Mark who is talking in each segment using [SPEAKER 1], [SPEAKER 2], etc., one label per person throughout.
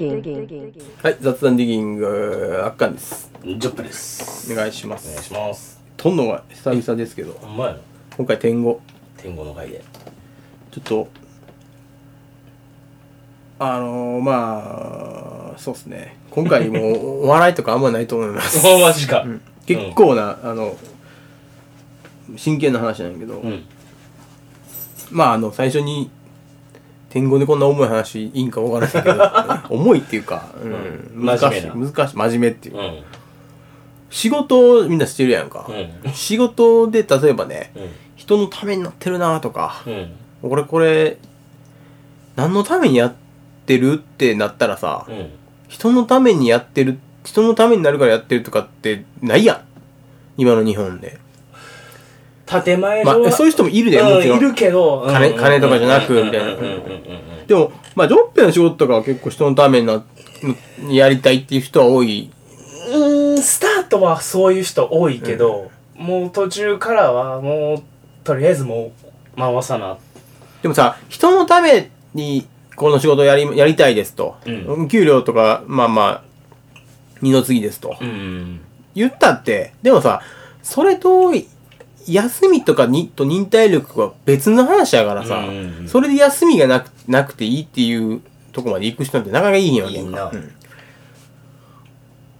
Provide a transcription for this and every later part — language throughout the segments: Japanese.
[SPEAKER 1] はい、雑談ディギング、あっかんです。
[SPEAKER 2] ジョップです
[SPEAKER 1] お願いしま
[SPEAKER 2] お願い
[SPEAKER 1] す。
[SPEAKER 2] します
[SPEAKER 1] とんのは久々ですけど、
[SPEAKER 2] ほんまやな
[SPEAKER 1] 今回天狗、
[SPEAKER 2] 天狗の会で
[SPEAKER 1] ちょっと、あのー、まあ、そうですね。今回もうお 笑いとかあんまないと思います。
[SPEAKER 2] おマジか
[SPEAKER 1] うん結構な、あの、真剣な話なんやけど、
[SPEAKER 2] うん
[SPEAKER 1] まあ、あの、最初に、天狗でこんな重い話いいんかわからない けど、重いっていうか、うん、
[SPEAKER 2] うん
[SPEAKER 1] 難しい、
[SPEAKER 2] 真面目
[SPEAKER 1] 難しい、真面目っていう
[SPEAKER 2] う。ん
[SPEAKER 1] 仕事をみんなしてるやんか。
[SPEAKER 2] うん
[SPEAKER 1] 仕事で例えばね、
[SPEAKER 2] うん
[SPEAKER 1] 人のためになってるなとか、
[SPEAKER 2] うん
[SPEAKER 1] 俺これ、何のためにやってるってなったらさ、
[SPEAKER 2] うん
[SPEAKER 1] 人のためにやってる、人のためになるからやってるとかってないやん。今の日本で。
[SPEAKER 2] 建前
[SPEAKER 1] まあ、
[SPEAKER 2] 上は
[SPEAKER 1] そういう人もいるで、もちろ。
[SPEAKER 2] うんいるけどうん
[SPEAKER 1] 金金とかじゃなくみたいな
[SPEAKER 2] うんうんうんうん
[SPEAKER 1] でも、まあ、ジョッペの仕事とかは結構人のためにな、にやりたいっていう人は多い。
[SPEAKER 2] うんうーんスタートはそういう人多いけどもう途中からはもうとりあえずもう回さな
[SPEAKER 1] でもさ、人のためにこの仕事をやり、やりたいですと。
[SPEAKER 2] う
[SPEAKER 1] 給料とか、まあまあ、二の次ですと。
[SPEAKER 2] うん
[SPEAKER 1] 言ったって、でもさ、それと、休みとかに、と忍耐力は別の話やからさ
[SPEAKER 2] うんうんう、ん
[SPEAKER 1] それで休みがなく、なくていいっていうとこまで行く人なんてなかなかいいんよ
[SPEAKER 2] いい
[SPEAKER 1] ね。
[SPEAKER 2] なうん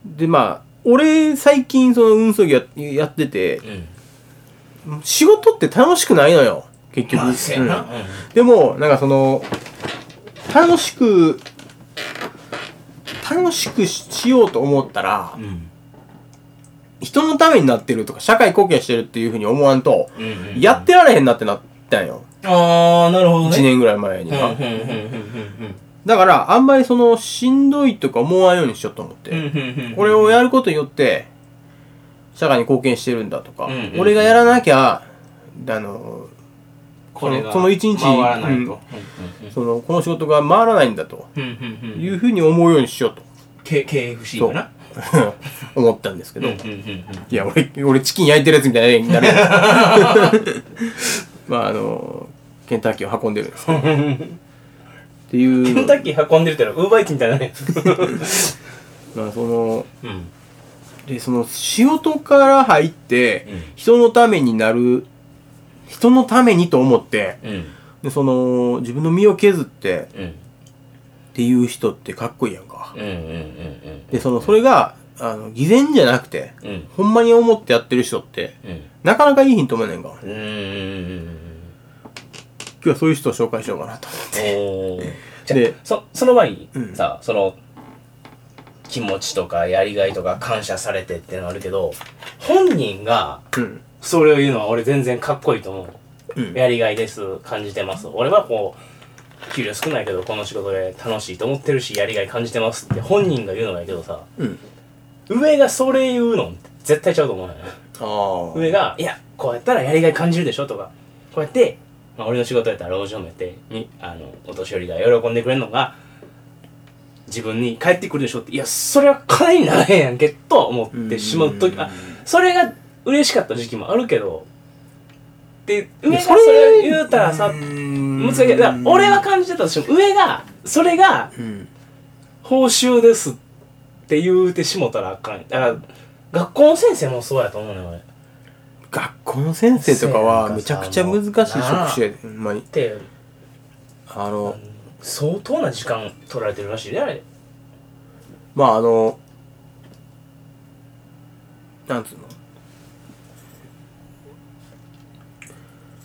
[SPEAKER 1] で、まあ、俺、最近その運送業ややってて、仕事って楽しくないのよ、結局。
[SPEAKER 2] まあせやな
[SPEAKER 1] うんでも、なんかその、楽しく、楽しくししようと思ったら、
[SPEAKER 2] うん
[SPEAKER 1] 人のためになってるとか、社会貢献してるっていうふうに思わんと、
[SPEAKER 2] うんうん
[SPEAKER 1] やってられへんなってなったんよ。
[SPEAKER 2] ああなるほど
[SPEAKER 1] 1
[SPEAKER 2] ね
[SPEAKER 1] 年ぐらい前に
[SPEAKER 2] うん
[SPEAKER 1] な。
[SPEAKER 2] うんうんうん
[SPEAKER 1] だから、あんまりその、しんどいとか思わんようにしようと思っ
[SPEAKER 2] うん
[SPEAKER 1] て。
[SPEAKER 2] うんうん
[SPEAKER 1] これをやることによって、社会に貢献してるんだとか
[SPEAKER 2] うんうんう、ん
[SPEAKER 1] 俺がやらなきゃ、あの、このその一日
[SPEAKER 2] 回らないと、
[SPEAKER 1] その、この仕事が回らないんだと
[SPEAKER 2] うんうんうんうん
[SPEAKER 1] いうふうに思うようにしようと
[SPEAKER 2] K- KFC かな
[SPEAKER 1] 思ったんですけど、
[SPEAKER 2] うんうんうん
[SPEAKER 1] いや、俺、俺チキン焼いてるやつみたいになるやん まあ、あの、ケンタッキーを運んでるんですけど。っていう
[SPEAKER 2] ケ
[SPEAKER 1] の
[SPEAKER 2] ンタッキー運んでるってのはウーバーイーツみたいなね
[SPEAKER 1] まあ、その、
[SPEAKER 2] うん
[SPEAKER 1] で、その、仕事から入って
[SPEAKER 2] うん、
[SPEAKER 1] 人のためになる、人のためにと思って、
[SPEAKER 2] うん
[SPEAKER 1] で、その、自分の身を削って、
[SPEAKER 2] うん
[SPEAKER 1] っていう人ってかっこいいやんか。
[SPEAKER 2] うんうんうん
[SPEAKER 1] で、その、それが、あの、偽善じゃなくて、
[SPEAKER 2] うんうん
[SPEAKER 1] ほんまに思ってやってる人って、
[SPEAKER 2] うん
[SPEAKER 1] なかなかいいヒントもねんか。今
[SPEAKER 2] うんうん
[SPEAKER 1] 日はそういう人を紹介しようかなと。
[SPEAKER 2] おーじゃ
[SPEAKER 1] で
[SPEAKER 2] そその前に
[SPEAKER 1] うん
[SPEAKER 2] さ、その気持ちとかやりがいとか感謝されてってのあるけど本人が
[SPEAKER 1] うん。
[SPEAKER 2] それを言うのは俺全然かっこいいと思う
[SPEAKER 1] うん。
[SPEAKER 2] やりがいです感じてます俺はこう給料少ないけどこの仕事で楽しいと思ってるしやりがい感じてますって本人が言うのがいいけどさ
[SPEAKER 1] うん。
[SPEAKER 2] 上がそれ言うの絶対ちゃうと思うのよ
[SPEAKER 1] ああ。
[SPEAKER 2] 上が「いやこうやったらやりがい感じるでしょ」とかこうやって、まあ、俺の仕事やったら老人をめてにあのお年寄りが喜んでくれるのが自分に返ってくるでしょっていやそれは金にならへんやんけと思ってしまう時
[SPEAKER 1] うん
[SPEAKER 2] あそれが嬉しかった時期もあるけどで上が
[SPEAKER 1] で
[SPEAKER 2] それ言うたらさ
[SPEAKER 1] 難
[SPEAKER 2] 難しいだから俺は感じてたとしても上がそれが
[SPEAKER 1] うん。
[SPEAKER 2] 報酬ですって言うてしもたらあかんだから学校の先生もそうやと思うねん俺っ
[SPEAKER 1] 学校の先生とかはめちゃくちゃ難しい職種やでほんまに
[SPEAKER 2] て
[SPEAKER 1] あの
[SPEAKER 2] 相当な時間取られてるらしいであれ
[SPEAKER 1] まああのなんつうの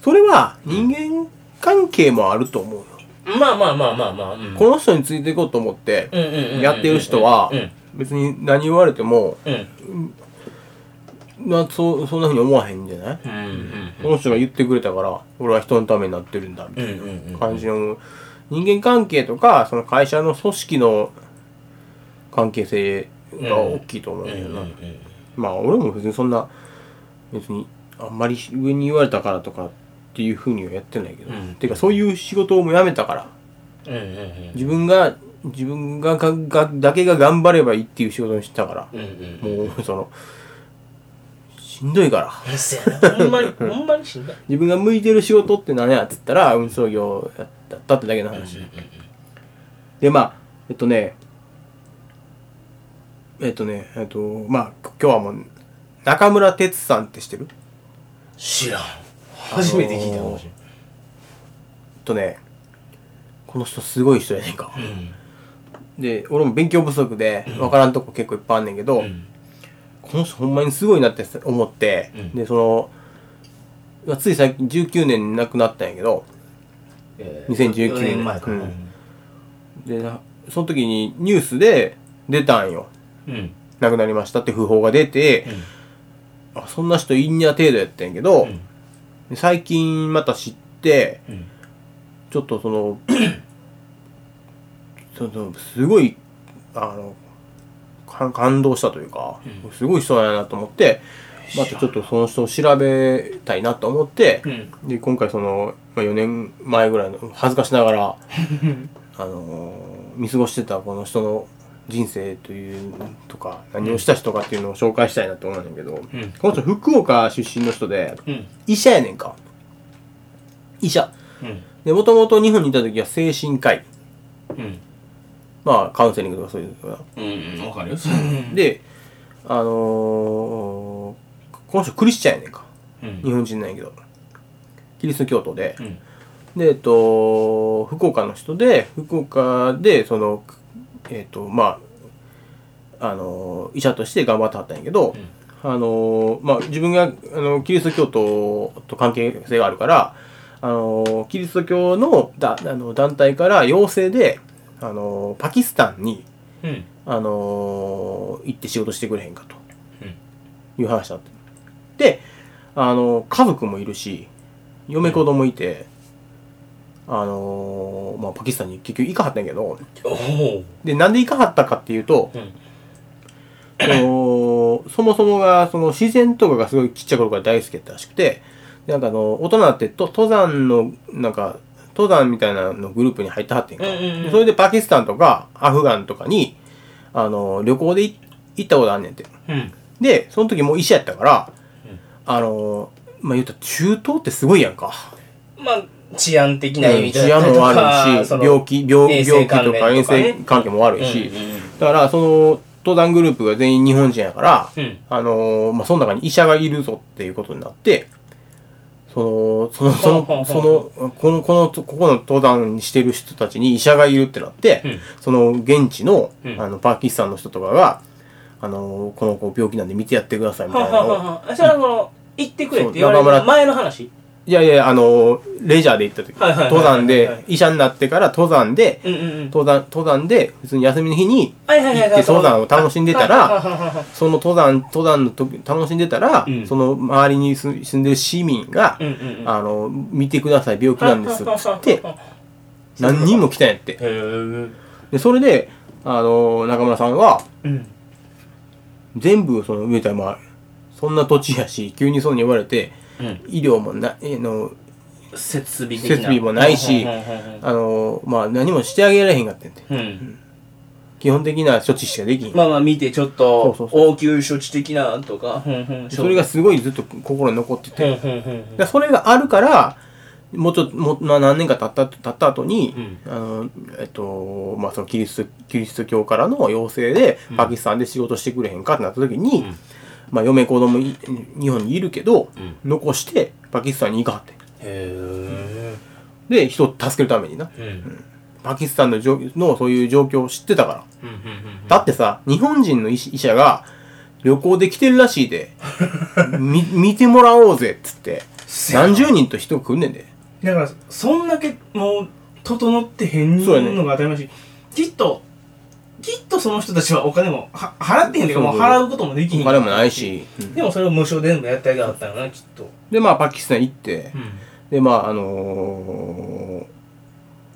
[SPEAKER 1] それは人間関係もあると思うよ、
[SPEAKER 2] まあまあまあまあまあ、うん、
[SPEAKER 1] この人についていこうと思って
[SPEAKER 2] うんうんうんうん
[SPEAKER 1] やってる人は
[SPEAKER 2] うん
[SPEAKER 1] 別に何言われても
[SPEAKER 2] うん
[SPEAKER 1] なそそんなふうに思わへんじゃない、
[SPEAKER 2] うんうん
[SPEAKER 1] この人が言ってくれたから俺は人のためになってるんだみたいな
[SPEAKER 2] うんうんうん
[SPEAKER 1] 感じの人間関係とかその会社の組織の関係性が大きいと思うんだよな、まあ俺も別にそんな別にあんまり上に言われたからとかっていうふうにはやってないけど、
[SPEAKER 2] うん
[SPEAKER 1] ていうかそういう仕事をもうやめたから
[SPEAKER 2] うんうんうん
[SPEAKER 1] 自分が自分がががだけが頑張ればいいっていう仕事にしたから、
[SPEAKER 2] うんうん
[SPEAKER 1] もうそのしんどいから
[SPEAKER 2] うんそやなほんまにほんまにしんどい
[SPEAKER 1] 自分が向いてる仕事って何やっつったら運送業だったってだけの話、でまあえっとねえっとね、えっと、まあ、今日はもう、中村哲さんって知ってる
[SPEAKER 2] 知らん初めて聞いたかもし
[SPEAKER 1] えっとね、この人すごい人やねんか。
[SPEAKER 2] れん
[SPEAKER 1] で、俺も勉強不足で、わからんとこ結構いっぱいあんねんけど、
[SPEAKER 2] うん
[SPEAKER 1] この人ほんまにすごいなって思って、
[SPEAKER 2] うん
[SPEAKER 1] で、その、つい最近19年に亡くなったんやけど、
[SPEAKER 2] えー
[SPEAKER 1] 2019
[SPEAKER 2] 4年前か
[SPEAKER 1] う
[SPEAKER 2] うんん
[SPEAKER 1] で、なその時にニュースで出たんよ。
[SPEAKER 2] うん
[SPEAKER 1] 亡くなりましたって訃報が出て、あそんな人いんにゃ程度やったんやけど、最近また知って、
[SPEAKER 2] うん
[SPEAKER 1] ちょっとその、 そのすごい、あの、感感動したというか、すごい人だなと思って、またちょっとその人を調べたいなと思って、
[SPEAKER 2] うん
[SPEAKER 1] で、今回その、まあ、4年前ぐらいの、恥ずかしなが ら、あのー見過ごしてたこの人の人生という、とか、何をした人かっていうのを紹介したいなと思うんだけど、
[SPEAKER 2] うん
[SPEAKER 1] この人福岡出身の人で、
[SPEAKER 2] うん
[SPEAKER 1] 医者やねんか。医者。
[SPEAKER 2] うん
[SPEAKER 1] で、もともと日本にいた時は精神科医。
[SPEAKER 2] うん
[SPEAKER 1] まあ、カウンセリングとかそういうのか
[SPEAKER 2] うんうんわかるよ
[SPEAKER 1] な。で、あのー、この人クリスチャンやねんか。
[SPEAKER 2] うん
[SPEAKER 1] 日本人なんやけど。キリスト教徒で
[SPEAKER 2] う。ん
[SPEAKER 1] で、えっと、福岡の人で、福岡で、その、えっと、まあ、あのー、医者として頑張ってはったんやけど、あのー、まあ、自分が、あの、キリスト教徒と関係性があるから、あのー、キリスト教のだあの団体から要請で、あのー、パキスタンに、
[SPEAKER 2] うん
[SPEAKER 1] あのー行って仕事してくれへんかと
[SPEAKER 2] うん
[SPEAKER 1] いう話だった。で、あのー家族もいるし、嫁子供いて、あのーまあ、パキスタンに結局行かはったんやけど、
[SPEAKER 2] おお
[SPEAKER 1] で、なんで行かはったかっていうと、
[SPEAKER 2] うん
[SPEAKER 1] そのそもそもが、その自然とかがすごいちっちゃい頃から大好きだったらしくて、でなんかあの、大人になってと登山の、なんか、登山みたいなのグループに入ってはってんか、
[SPEAKER 2] うんうんうん
[SPEAKER 1] それでパキスタンとかアフガンとかに、あの、旅行でい行ったことあんねんて。
[SPEAKER 2] うん
[SPEAKER 1] で、その時もう医者やったから、
[SPEAKER 2] うん
[SPEAKER 1] あの、まあ、言うたら中東ってすごいやんか。
[SPEAKER 2] まあ治安的な意味
[SPEAKER 1] 治
[SPEAKER 2] だっ
[SPEAKER 1] 安
[SPEAKER 2] たりと
[SPEAKER 1] もあ
[SPEAKER 2] か
[SPEAKER 1] るし、
[SPEAKER 2] その
[SPEAKER 1] 病気、病
[SPEAKER 2] 衛
[SPEAKER 1] 病
[SPEAKER 2] 生
[SPEAKER 1] 気と
[SPEAKER 2] 関連
[SPEAKER 1] か衛
[SPEAKER 2] とかね
[SPEAKER 1] 生関係も悪いし、
[SPEAKER 2] うん
[SPEAKER 1] だから、その、登壇グループが全員日本人やから、
[SPEAKER 2] うん
[SPEAKER 1] あのーまあ、その中に医者がいるぞっていうことになって、その、その、そ
[SPEAKER 2] ほ
[SPEAKER 1] の、
[SPEAKER 2] う
[SPEAKER 1] そ
[SPEAKER 2] ほう
[SPEAKER 1] の、この、この、ここの登壇してる人たちに医者がいるってなって、
[SPEAKER 2] うん
[SPEAKER 1] その現地の
[SPEAKER 2] う、ん
[SPEAKER 1] あの、パキスタンの人とかが、あのーこの子病気なんで見てやってくださいみた
[SPEAKER 2] はい
[SPEAKER 1] な
[SPEAKER 2] は
[SPEAKER 1] の
[SPEAKER 2] い
[SPEAKER 1] を
[SPEAKER 2] はいはい。それはその、行ってくれって言われ
[SPEAKER 1] そう中村
[SPEAKER 2] る前の話。
[SPEAKER 1] いやいや、あのーレジャーで行った時、
[SPEAKER 2] はいはいはいはい
[SPEAKER 1] 登山
[SPEAKER 2] はいは
[SPEAKER 1] で
[SPEAKER 2] い、
[SPEAKER 1] 医者になってから登山で、
[SPEAKER 2] うんうんうん。
[SPEAKER 1] 登山、登山で、普通に休みの日に、
[SPEAKER 2] はいはいはい
[SPEAKER 1] 行
[SPEAKER 2] は
[SPEAKER 1] っ
[SPEAKER 2] い。
[SPEAKER 1] て登山を楽しんでたら
[SPEAKER 2] はいはいはいは
[SPEAKER 1] その登山、登山の時、楽しんでたら、
[SPEAKER 2] うん
[SPEAKER 1] その周りに住住んでる市民が、
[SPEAKER 2] いうんうんうん。
[SPEAKER 1] あの、見てください、病気なんですっつって、
[SPEAKER 2] はははは
[SPEAKER 1] 何人も来たんやって。
[SPEAKER 2] へぇ
[SPEAKER 1] で、それで、あの、中村さんは、
[SPEAKER 2] うん。
[SPEAKER 1] 全部、その、言うたらまあ、そんな土地やし、急にそうに言われて、
[SPEAKER 2] うん。
[SPEAKER 1] 医療もな、あの、
[SPEAKER 2] 設備的な
[SPEAKER 1] 設備もないし
[SPEAKER 2] はいはいはいは
[SPEAKER 1] あの、まあ、何もしてあげられへんかったんて。
[SPEAKER 2] いうん。
[SPEAKER 1] 基本的な処置しかできへん。
[SPEAKER 2] まあまあ見て、ちょっ
[SPEAKER 1] そう
[SPEAKER 2] と、
[SPEAKER 1] そう
[SPEAKER 2] 応急処置的なとか。うんうん
[SPEAKER 1] それが、すごいずっと心に残ってて。
[SPEAKER 2] うんうんうん
[SPEAKER 1] でそれがあるから、もうちょっと、もう、まあ、何年か経った、経った後に、あの、えっと、まあ、そのキリスト、キリスト教からの要請で、パキスタンで仕事してくれへんかってなった時に、
[SPEAKER 2] ん
[SPEAKER 1] まあ、嫁子供い、日本にいるけど、
[SPEAKER 2] ん
[SPEAKER 1] 残して、パキスタンに行かはって。
[SPEAKER 2] へ
[SPEAKER 1] で、人を助けるためにな。
[SPEAKER 2] ぇうん。
[SPEAKER 1] パキスタンの状のそういう状況を知ってたから。
[SPEAKER 2] うんうんうん
[SPEAKER 1] だってさ、日本人の医師医者が、旅行で来てるらしい で、み、見てもらおうぜ、っつって、何十人と人が来んねんで。
[SPEAKER 2] だからそんだけもう整ってへん
[SPEAKER 1] そうやね
[SPEAKER 2] のが当たり前し、きっときっとその人たちはお金もは払ってへんけど
[SPEAKER 1] そう
[SPEAKER 2] もう払うこともできへん
[SPEAKER 1] お金もないし。うん
[SPEAKER 2] でもそれを無償で全部やってあげたかったよなきっと
[SPEAKER 1] で、まあ、パキスタン行って、
[SPEAKER 2] ん
[SPEAKER 1] で、まあ、あの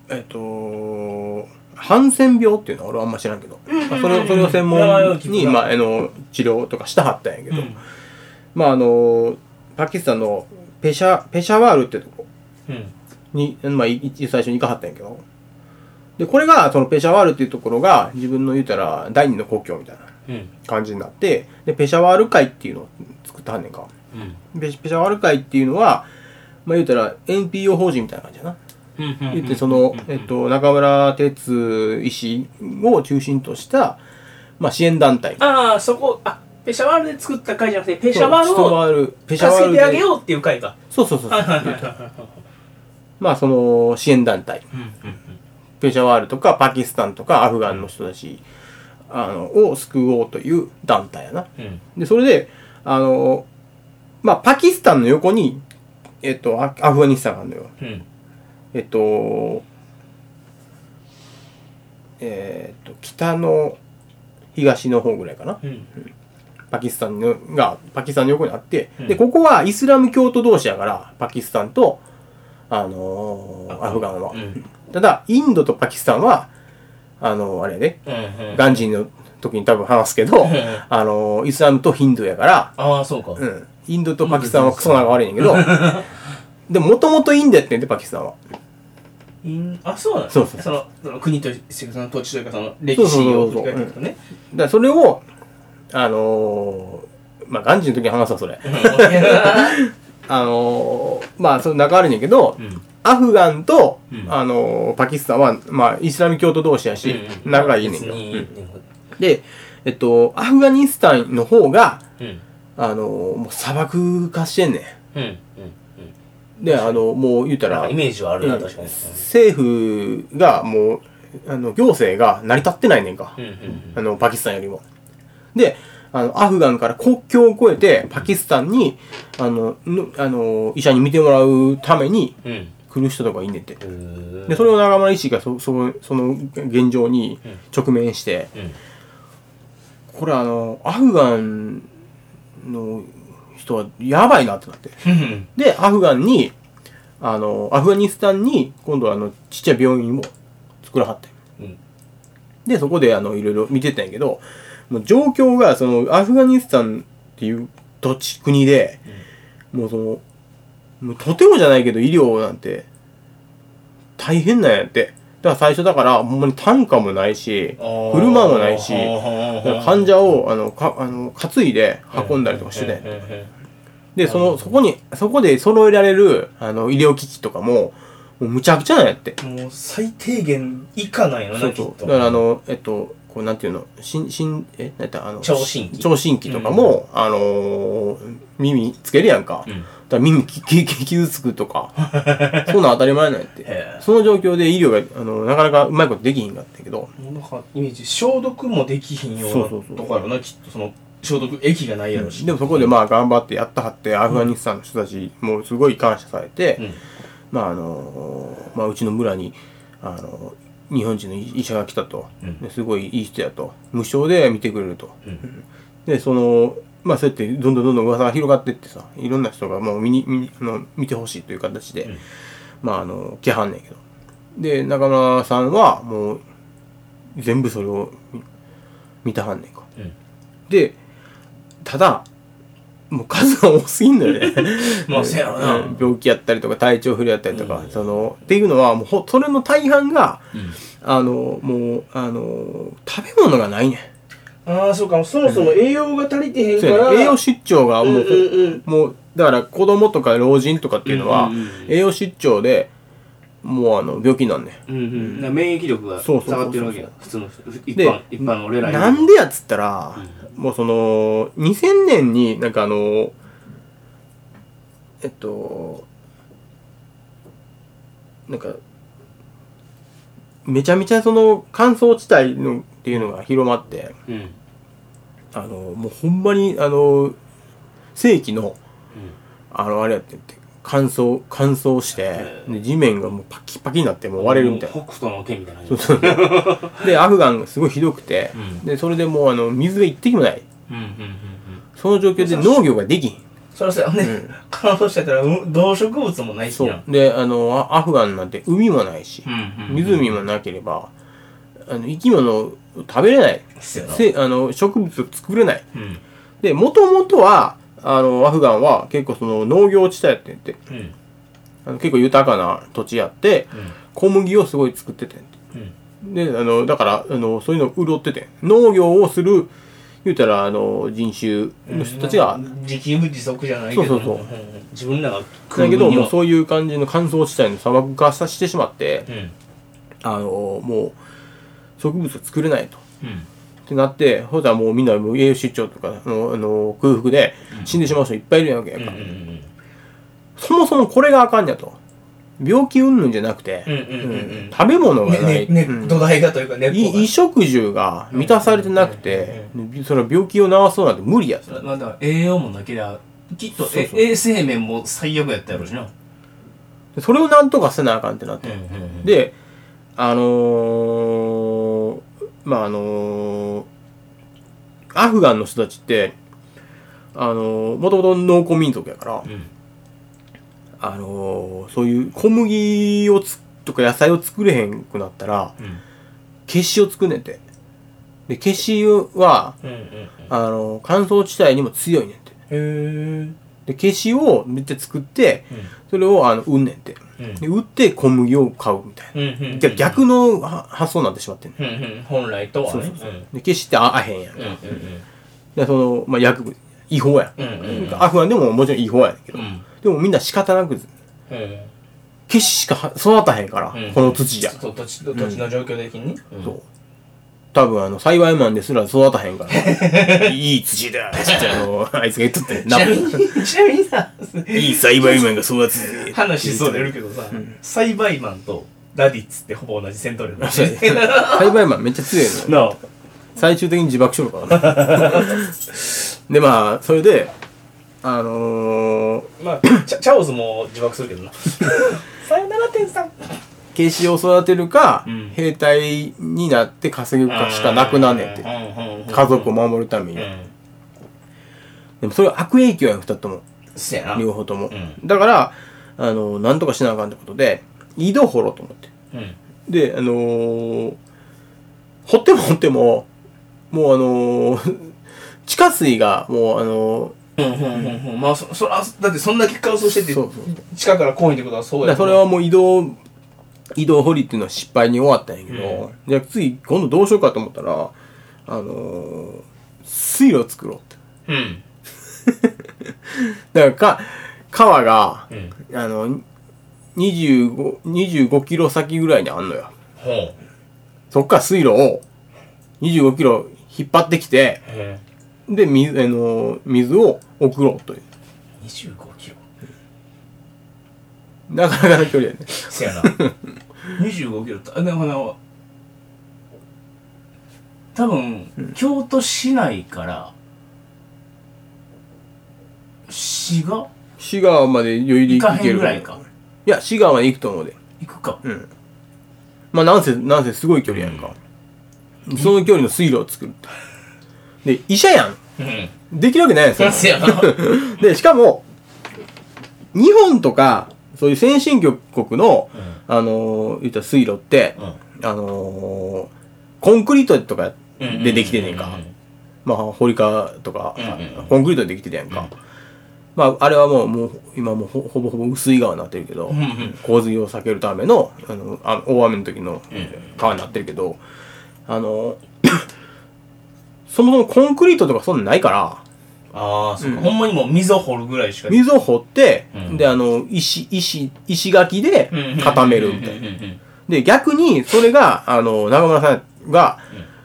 [SPEAKER 1] ーえっと、ハンセン病っていうのは俺はあんま知らんけど、まあそれを、それを専門
[SPEAKER 2] 名前は聞
[SPEAKER 1] に、
[SPEAKER 2] くな
[SPEAKER 1] まあ、あの、治療とかしたはったんやけど、
[SPEAKER 2] うん
[SPEAKER 1] まあ、あのーパキスタンのペシャ、ペシャワールってとこ
[SPEAKER 2] うん
[SPEAKER 1] に、まあ、い一最初に行かはったんやけど、で、これが、そのペシャワールっていうところが、自分の言うたら、第二の故郷みたいな
[SPEAKER 2] うん
[SPEAKER 1] 感じになって、で、ペシャワール会っていうのを作ったはんねんか。
[SPEAKER 2] うん
[SPEAKER 1] ペシペシャワル会っていうのは、まあ、言うたら NPO 法人みたいな感じだな。
[SPEAKER 2] うんうん
[SPEAKER 1] 言ってその、えっと、中村哲医師を中心とした、まあ、支援団体。
[SPEAKER 2] ああ、そこ、あ、ペシャワールで作った会じゃなくて、ペシャワール
[SPEAKER 1] そう
[SPEAKER 2] を
[SPEAKER 1] ペシャワー
[SPEAKER 2] 助
[SPEAKER 1] ル
[SPEAKER 2] け
[SPEAKER 1] で
[SPEAKER 2] てあげようっていう会か。
[SPEAKER 1] そうそうそうそう
[SPEAKER 2] はいはいはいは
[SPEAKER 1] まあ、その、支援団体。
[SPEAKER 2] い。うんうん
[SPEAKER 1] ペシャワールとかパキスタンとかアフガンの人たちあのを救おうという団体やな。
[SPEAKER 2] うんうん。
[SPEAKER 1] で、それで、あの、まあ、パキスタンの横に、えっと、アアフガニスタンがあるのよ。
[SPEAKER 2] うん。
[SPEAKER 1] えっと、えっと、北の東の方ぐらいかな。
[SPEAKER 2] うん。
[SPEAKER 1] パキスタンのが、パキスタンの横にあって、
[SPEAKER 2] うん
[SPEAKER 1] で、ここはイスラム教徒同士やから、パキスタンと、あのーアフガンは。
[SPEAKER 2] うん。うん
[SPEAKER 1] ただ、インドとパキスタンは、あの、あれやで、
[SPEAKER 2] うん。
[SPEAKER 1] ガンジーの時に多分話すけど
[SPEAKER 2] ん、
[SPEAKER 1] あの、イスラムとヒンドゥーやから、
[SPEAKER 2] ああ、そうか。
[SPEAKER 1] うん、インドとパキスタンはクソ仲悪いんやけど、でも、もともとインドやってんで、パキスタンは。
[SPEAKER 2] うんあ、そうなの
[SPEAKER 1] そうそう
[SPEAKER 2] その、その国としてその土地というか、その歴史を振り返っていくとね。
[SPEAKER 1] だからそれを、あのーまあ、ガンジーの時に話すわ、それ。あのーまあ、その仲悪いんやけど、
[SPEAKER 2] うん
[SPEAKER 1] アフガンと、
[SPEAKER 2] うん
[SPEAKER 1] あのーパキスタンは、まあ、イスラム教徒同士やし、仲がいいねんけど。
[SPEAKER 2] 別に
[SPEAKER 1] うんで、えっと、アフガニスタンの方が、
[SPEAKER 2] うん。
[SPEAKER 1] あのもう砂漠化してんね
[SPEAKER 2] うん。うん。
[SPEAKER 1] ん。で、あのもう言うた
[SPEAKER 2] なん
[SPEAKER 1] ら
[SPEAKER 2] かイ、メージはあるな、
[SPEAKER 1] うん
[SPEAKER 2] 確かに。
[SPEAKER 1] 政府がもう、あの、行政が成り立ってないねんか
[SPEAKER 2] うん。うん。
[SPEAKER 1] あの、パキスタンよりも。で、あの、アフガンから国境を越えて、パキスタンに、あの、ぬあの、医者に診てもらうために
[SPEAKER 2] うん。うん
[SPEAKER 1] 来る人とかいんねんて。
[SPEAKER 2] うー
[SPEAKER 1] で、それを長村医師がそ、その、その現状に直面して、
[SPEAKER 2] うん。
[SPEAKER 1] これあのアフガンの人はやばいなってなって
[SPEAKER 2] うん
[SPEAKER 1] でアフガンにあのアフガニスタンに今度はあのちっちゃい病院も作らはって
[SPEAKER 2] うん。
[SPEAKER 1] でそこであのいろいろ見てたんやけどもう状況がそのアフガニスタンっていう土地国で、もうそのもうとてもじゃないけど医療なんて大変なんやってだから最初だからほんまに単価もないし車もないし患者をあのかあの担いで運んだりとかしてたんやってでそのそこにそこで揃えられるあの医療機器とかももうむちゃくちゃなんやって
[SPEAKER 2] もう最低限以下なんやろ
[SPEAKER 1] そ
[SPEAKER 2] な
[SPEAKER 1] う
[SPEAKER 2] きっ
[SPEAKER 1] そう
[SPEAKER 2] と
[SPEAKER 1] だからあのえっとこうなんていうのしんしんえなんやったあの
[SPEAKER 2] 聴診器
[SPEAKER 1] 聴診器とかも、あのー耳つけるやんか、
[SPEAKER 2] うん
[SPEAKER 1] だから耳ききき傷つくとかそんなん当たり前なんやって
[SPEAKER 2] へえ
[SPEAKER 1] その状況で医療があのなかなかうまいことできひんかったんやけど
[SPEAKER 2] もうなんかイメージ消毒もできひんよ
[SPEAKER 1] そうそううそ
[SPEAKER 2] な
[SPEAKER 1] う
[SPEAKER 2] とかやろなきっとその消毒液がないやろし
[SPEAKER 1] でもそこでまあ頑張ってやったはってアフガニスタンの人たちもすごい感謝されて、
[SPEAKER 2] うん
[SPEAKER 1] まああのまあ、うちの村に、あの日本人の医者が来たと、
[SPEAKER 2] うん
[SPEAKER 1] ですごいいい人やと無償で見てくれると
[SPEAKER 2] うん
[SPEAKER 1] でそのまあそうやってどんどんどんどん噂が広がってってさいろんな人がもう見に見にあの見てほしいという形で、
[SPEAKER 2] うん
[SPEAKER 1] まああの来はんねんけどで中村さんはもう全部それを見見たはんねんか
[SPEAKER 2] うん
[SPEAKER 1] でただもう数が多すぎんのよね
[SPEAKER 2] まあせやろな
[SPEAKER 1] うん病気やったりとか体調不良やったりとか、
[SPEAKER 2] うん
[SPEAKER 1] そのっていうのはもうほそれの大半が
[SPEAKER 2] うん
[SPEAKER 1] あのもうあの食べ物がないね
[SPEAKER 2] ああそうかそもそも栄養が足りてへ
[SPEAKER 1] ん
[SPEAKER 2] ん
[SPEAKER 1] そ
[SPEAKER 2] か
[SPEAKER 1] うや
[SPEAKER 2] ら
[SPEAKER 1] ね栄養失調がもう,、
[SPEAKER 2] うんうんうん
[SPEAKER 1] もうだから子供とか老人とかっていうのは、
[SPEAKER 2] うんうんうん
[SPEAKER 1] 栄養失調でもうあの病気になんねん
[SPEAKER 2] うんうんだから免疫力が
[SPEAKER 1] そうそうそうそ
[SPEAKER 2] 下
[SPEAKER 1] う
[SPEAKER 2] がってるわけや普通の人一
[SPEAKER 1] で
[SPEAKER 2] 般一般の俺らより
[SPEAKER 1] なんでやっつったら、もうその2000年になんかあのえっとなんかめちゃめちゃその乾燥地帯のっていうのが広まって
[SPEAKER 2] うんうん
[SPEAKER 1] あのもうほんまにあの世紀のあのあれやってんって乾燥乾燥してで地面がもうパキパキになってもう割れるみたいな
[SPEAKER 2] もう北斗の拳みたいな
[SPEAKER 1] そうそうでアフガンがすごいひどくて、
[SPEAKER 2] うん
[SPEAKER 1] でそれでもうあの水が一滴もない
[SPEAKER 2] うんうんうんうん
[SPEAKER 1] その状況で農業ができひん
[SPEAKER 2] そらそうやね
[SPEAKER 1] うん
[SPEAKER 2] 乾燥してたらうん動植物もないし
[SPEAKER 1] そう
[SPEAKER 2] な。
[SPEAKER 1] で、あの、アアフガンなんて海もないし
[SPEAKER 2] う、んうん
[SPEAKER 1] 湖もなければ、あの、生き物を食べれない。
[SPEAKER 2] そうやな
[SPEAKER 1] せあの、植物を作れない。
[SPEAKER 2] うん
[SPEAKER 1] で、もともとは、あの、アフガンは結構その農業地帯やってんて、
[SPEAKER 2] うん
[SPEAKER 1] あの結構豊かな土地やって、小麦をすごい作っててんて。
[SPEAKER 2] うん
[SPEAKER 1] で、あの、だから、あの、そういうのを潤っててん。農業をする、言うたら、あの、人種の人たちが、
[SPEAKER 2] 自給自足じゃないけど
[SPEAKER 1] そうそうそうん
[SPEAKER 2] 自分らが食
[SPEAKER 1] だけど、
[SPEAKER 2] には
[SPEAKER 1] もうそういう感じの乾燥地帯の砂漠化させてしまって、
[SPEAKER 2] うん
[SPEAKER 1] あのもう植物を作れないと
[SPEAKER 2] うん
[SPEAKER 1] ってなって、ほらもうみんなもう栄養失調とか、あの、あの空腹で死んでしまう人いっぱいいるやんけやんか。
[SPEAKER 2] うんうん
[SPEAKER 1] そもそもこれがあかんやと。病気云々じゃなくて、
[SPEAKER 2] うんうんうんうん
[SPEAKER 1] うん食べ物がな
[SPEAKER 3] ね
[SPEAKER 1] い。
[SPEAKER 3] ね
[SPEAKER 1] うん
[SPEAKER 3] ね土台がというか根っこが
[SPEAKER 1] 衣食住が満たされてなくて、それは病気を治そうなんて無理やと。
[SPEAKER 2] まあだから栄養もなけりゃきっと
[SPEAKER 1] そう
[SPEAKER 2] え
[SPEAKER 1] そう
[SPEAKER 2] 衛生面も最悪やったやろうしな
[SPEAKER 1] でそれをなんとかせなあかんってなって。
[SPEAKER 2] で
[SPEAKER 1] で、あのー、まあ、あのー、アフガンの人たちって、あのー、もともと農耕民族やから、あのー、そういう小麦をつとか野菜を作れへんくなったら、消しを作んねんて。で、消しは、あのー、乾燥地帯にも強いねんて。
[SPEAKER 2] へえ
[SPEAKER 1] で、消しをめっちゃ作って、それをあの売んねんて。で、売って小麦を買うみたいな。じゃあ逆のは発想になってしまってんね
[SPEAKER 2] 本来とはね
[SPEAKER 1] で、消しってああへんやん。
[SPEAKER 2] うんうんうん
[SPEAKER 1] で、その、まあ、薬物、違法やん。
[SPEAKER 2] うんうんうん
[SPEAKER 1] アフガンでももちろん違法やねんけど、
[SPEAKER 2] うん
[SPEAKER 1] でもみんな仕方なく、
[SPEAKER 2] うん
[SPEAKER 1] 消ししかは育たへんから、
[SPEAKER 2] うん
[SPEAKER 1] この土じゃ。
[SPEAKER 2] そう土地土地の状況的にね
[SPEAKER 1] そう。多分あの、栽培マンですら育たへん から、いい土だつってあの、あいつが言っとってん
[SPEAKER 2] ち
[SPEAKER 1] な
[SPEAKER 2] なみにちなみにさ
[SPEAKER 1] いい栽培マンが育つぜ
[SPEAKER 2] 話しそうでるけどさ栽培マンとラディッツってほぼ同じ戦闘力だし
[SPEAKER 1] 栽培マンめっちゃ強いのよ。
[SPEAKER 2] なあ
[SPEAKER 1] 最終的に自爆しろからね。 で、まあ、それで、あのー、
[SPEAKER 2] まあチャチャオズも自爆するけど なさよなら天さん
[SPEAKER 1] 警視を育てるか、
[SPEAKER 2] うん
[SPEAKER 1] 兵隊になって稼ぐかしかなくなんねんって。家族を
[SPEAKER 2] も
[SPEAKER 1] 守るため
[SPEAKER 2] う
[SPEAKER 1] には。
[SPEAKER 2] ん
[SPEAKER 1] でもそれは悪影響やん、二つとも。
[SPEAKER 2] そやな
[SPEAKER 1] 両方とも。
[SPEAKER 2] う
[SPEAKER 1] だから、あの、なんとかしなあかんってことで、井戸掘ろうと思って。
[SPEAKER 2] うん
[SPEAKER 1] で、あのー掘っても掘っても、もうあのー地下水が、もうあのー
[SPEAKER 2] うんうんうんうんまあそそらだってそんだけ乾燥してて
[SPEAKER 1] そうそう
[SPEAKER 2] 地下から来いってことはそ
[SPEAKER 1] だ
[SPEAKER 2] う
[SPEAKER 1] か
[SPEAKER 2] や
[SPEAKER 1] らそれはもう移動、移動掘りっていうのは失敗に終わったんやけど、じゃあ次、今度どうしようかと思ったら、あのー水路を作ろうって。
[SPEAKER 2] うん
[SPEAKER 1] だからか、川が
[SPEAKER 2] う、ん
[SPEAKER 1] あの、25、25キロ先ぐらいにあんのよ。
[SPEAKER 2] ほう
[SPEAKER 1] そっから水路を25キロ引っ張ってきて、
[SPEAKER 2] へえ
[SPEAKER 1] で、水、あの、水を送ろうという。
[SPEAKER 2] 25キロ
[SPEAKER 1] なかなかの距離やね。
[SPEAKER 2] せやな25キロたでもな多分、京都市内から滋賀
[SPEAKER 1] 滋賀まで余裕で
[SPEAKER 2] 行か
[SPEAKER 1] 行け
[SPEAKER 2] へん
[SPEAKER 1] る
[SPEAKER 2] ぐらいか
[SPEAKER 1] いや、滋賀まで行くと思うで。
[SPEAKER 2] 行くか
[SPEAKER 1] うん。まあ、なんせ、なんせすごい距離やんか。その距離の水路を作ると。で、医者やん。
[SPEAKER 2] うん
[SPEAKER 1] できるわけないやん、そんな
[SPEAKER 2] せやな
[SPEAKER 1] で、しかも、日本とか、そういう先進国の、あのー、言ったら水路って、あのー、コンクリートとかでできてんねんか。まあ、堀川とか
[SPEAKER 2] うんうんうん、
[SPEAKER 1] コンクリートでできてるやんか。まあ、あれはもう、もう、今もうほほぼほぼ薄い川になってるけど
[SPEAKER 2] んうん、
[SPEAKER 1] 洪水を避けるための、あの、あ大雨の時の
[SPEAKER 2] ん
[SPEAKER 1] 川になってるけど、あのー、そもそもコンクリートとかそんなんないから、
[SPEAKER 2] ああそうかほんまにもう溝掘るぐらいしか
[SPEAKER 1] 水を掘って、
[SPEAKER 2] うん
[SPEAKER 1] で、あの、石、石、石垣で
[SPEAKER 2] うん
[SPEAKER 1] 固めるみたいな。
[SPEAKER 2] うんうんうん
[SPEAKER 1] で、逆に、それが、あの、中村さんが、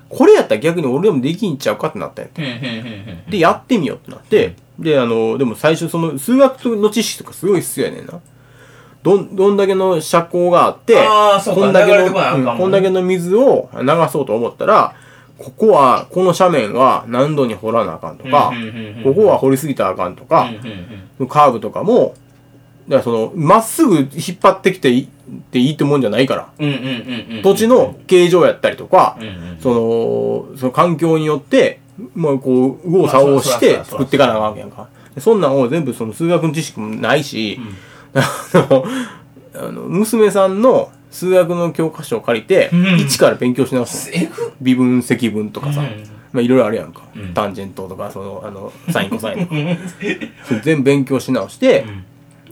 [SPEAKER 1] これやったら逆に俺でもできんちゃうかってなったんやて
[SPEAKER 2] うんうんうんうん
[SPEAKER 1] で、やってみようってなって、で、あの、でも最初その、数学の知識とかすごい必要やねんな。どん、どんだけの車高があって、
[SPEAKER 2] あーそうか
[SPEAKER 1] こんだけ
[SPEAKER 2] 流れ
[SPEAKER 1] の、
[SPEAKER 2] てこなあかんもんね
[SPEAKER 1] うんこんだけの水を流そうと思ったら、ここは、この斜面は何度に掘らなあかんとか
[SPEAKER 2] うんうんうんうん、
[SPEAKER 1] ここは掘りすぎたらあかんとか
[SPEAKER 2] うん、うん
[SPEAKER 1] カーブとかも、だからその、まっすぐ引っ張ってきていいっていいってもんじゃないから、
[SPEAKER 2] うんうんうんうんうん
[SPEAKER 1] 土地の形状やったりとか
[SPEAKER 2] うん、うん
[SPEAKER 1] その、その環境によって、まあこう、右往左往して作っていかなあかんわけやんか。でそんなんを全部その数学の知識もないし、あの、 あの娘さんの数学の教科書を借りて、
[SPEAKER 2] うん
[SPEAKER 1] 一から勉強し直すの。
[SPEAKER 2] えぐ
[SPEAKER 1] 微分積分とかさ、
[SPEAKER 2] うん
[SPEAKER 1] まあいろいろあるやんか。
[SPEAKER 2] うん
[SPEAKER 1] タンジェントとか、その、あの、サインコサイン とか。それ全部勉強し直して、
[SPEAKER 2] うん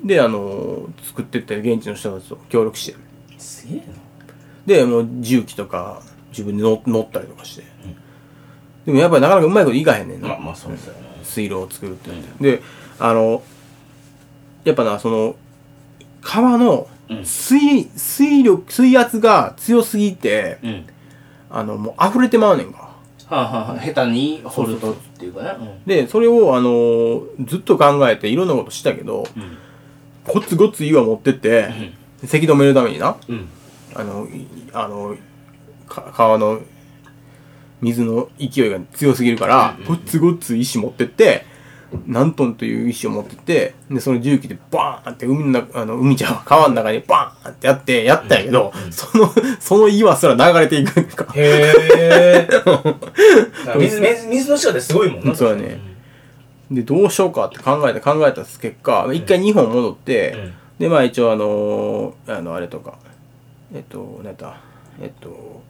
[SPEAKER 1] で、あのー作ってって現地の人たちと協力して。
[SPEAKER 2] すげえな
[SPEAKER 1] で、もう重機とか自分で乗乗ったりとかして。でもやっぱりなかなかうまいこといかへんねんな。
[SPEAKER 2] まあまあそうですよね
[SPEAKER 1] 水路を作るってなって、で、あの、やっぱな、その、川の
[SPEAKER 2] うん
[SPEAKER 1] 水、水力、水圧が強すぎて、
[SPEAKER 2] うん
[SPEAKER 1] あの、もう溢れてまうねんか。
[SPEAKER 2] はあ、はあ、下手に掘るとっていうかね。
[SPEAKER 1] で、それを、あのーずっと考えていろんなことしたけど、
[SPEAKER 2] ん
[SPEAKER 1] コツゴツ岩持ってって、せき止めるためにな、
[SPEAKER 2] うん。うん。
[SPEAKER 1] あの、いあの、か川の水の勢いが強すぎるから、ごっつごっつ石持ってって、何トンという石を持ってって、で、その重機でバーンって海の中、あの、海じゃん、川の中にバーンってやって、やったんやけど、その、その岩すら流れていくんか。
[SPEAKER 2] へー水水水の力ってすごいもんな。
[SPEAKER 1] そうだねで、どうしようかって考えて考えた結果、一回日本戻って、
[SPEAKER 2] うん
[SPEAKER 1] で、まあ一応あのーあの、あれとか、えっと、なんやった、えっと、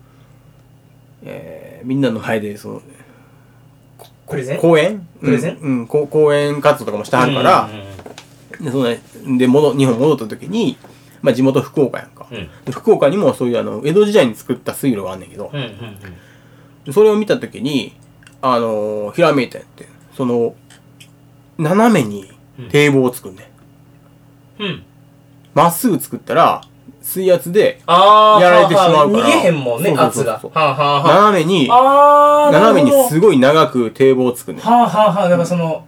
[SPEAKER 1] えー、みんなの前で、その、
[SPEAKER 2] プレゼン
[SPEAKER 1] 公演
[SPEAKER 2] プレゼン
[SPEAKER 1] うん、うんこう公演活動とかもしてはるから、
[SPEAKER 2] うんうん
[SPEAKER 1] で、そのね、で、戻、日本戻った時に、まあ地元福岡やんか。
[SPEAKER 2] うん
[SPEAKER 1] で福岡にもそういうあの、江戸時代に作った水路があんねんけど、
[SPEAKER 2] うんうんうんうん
[SPEAKER 1] それを見た時に、あのーひらめいたんやって、その、斜めに堤防を作んねん。
[SPEAKER 2] うん。
[SPEAKER 1] ま、っすぐ作ったら、水圧で、
[SPEAKER 2] あー
[SPEAKER 1] やられてしまうから
[SPEAKER 2] はあはあ逃げへんもん
[SPEAKER 1] そ
[SPEAKER 2] ね、
[SPEAKER 1] うそうそう
[SPEAKER 2] 圧が。は
[SPEAKER 1] そう
[SPEAKER 2] あはあはあ。
[SPEAKER 1] 斜めに、
[SPEAKER 2] あー
[SPEAKER 1] 斜めに
[SPEAKER 2] なる
[SPEAKER 1] すごい長く堤防を作んねん
[SPEAKER 2] ほどはあはあはあ、だからその、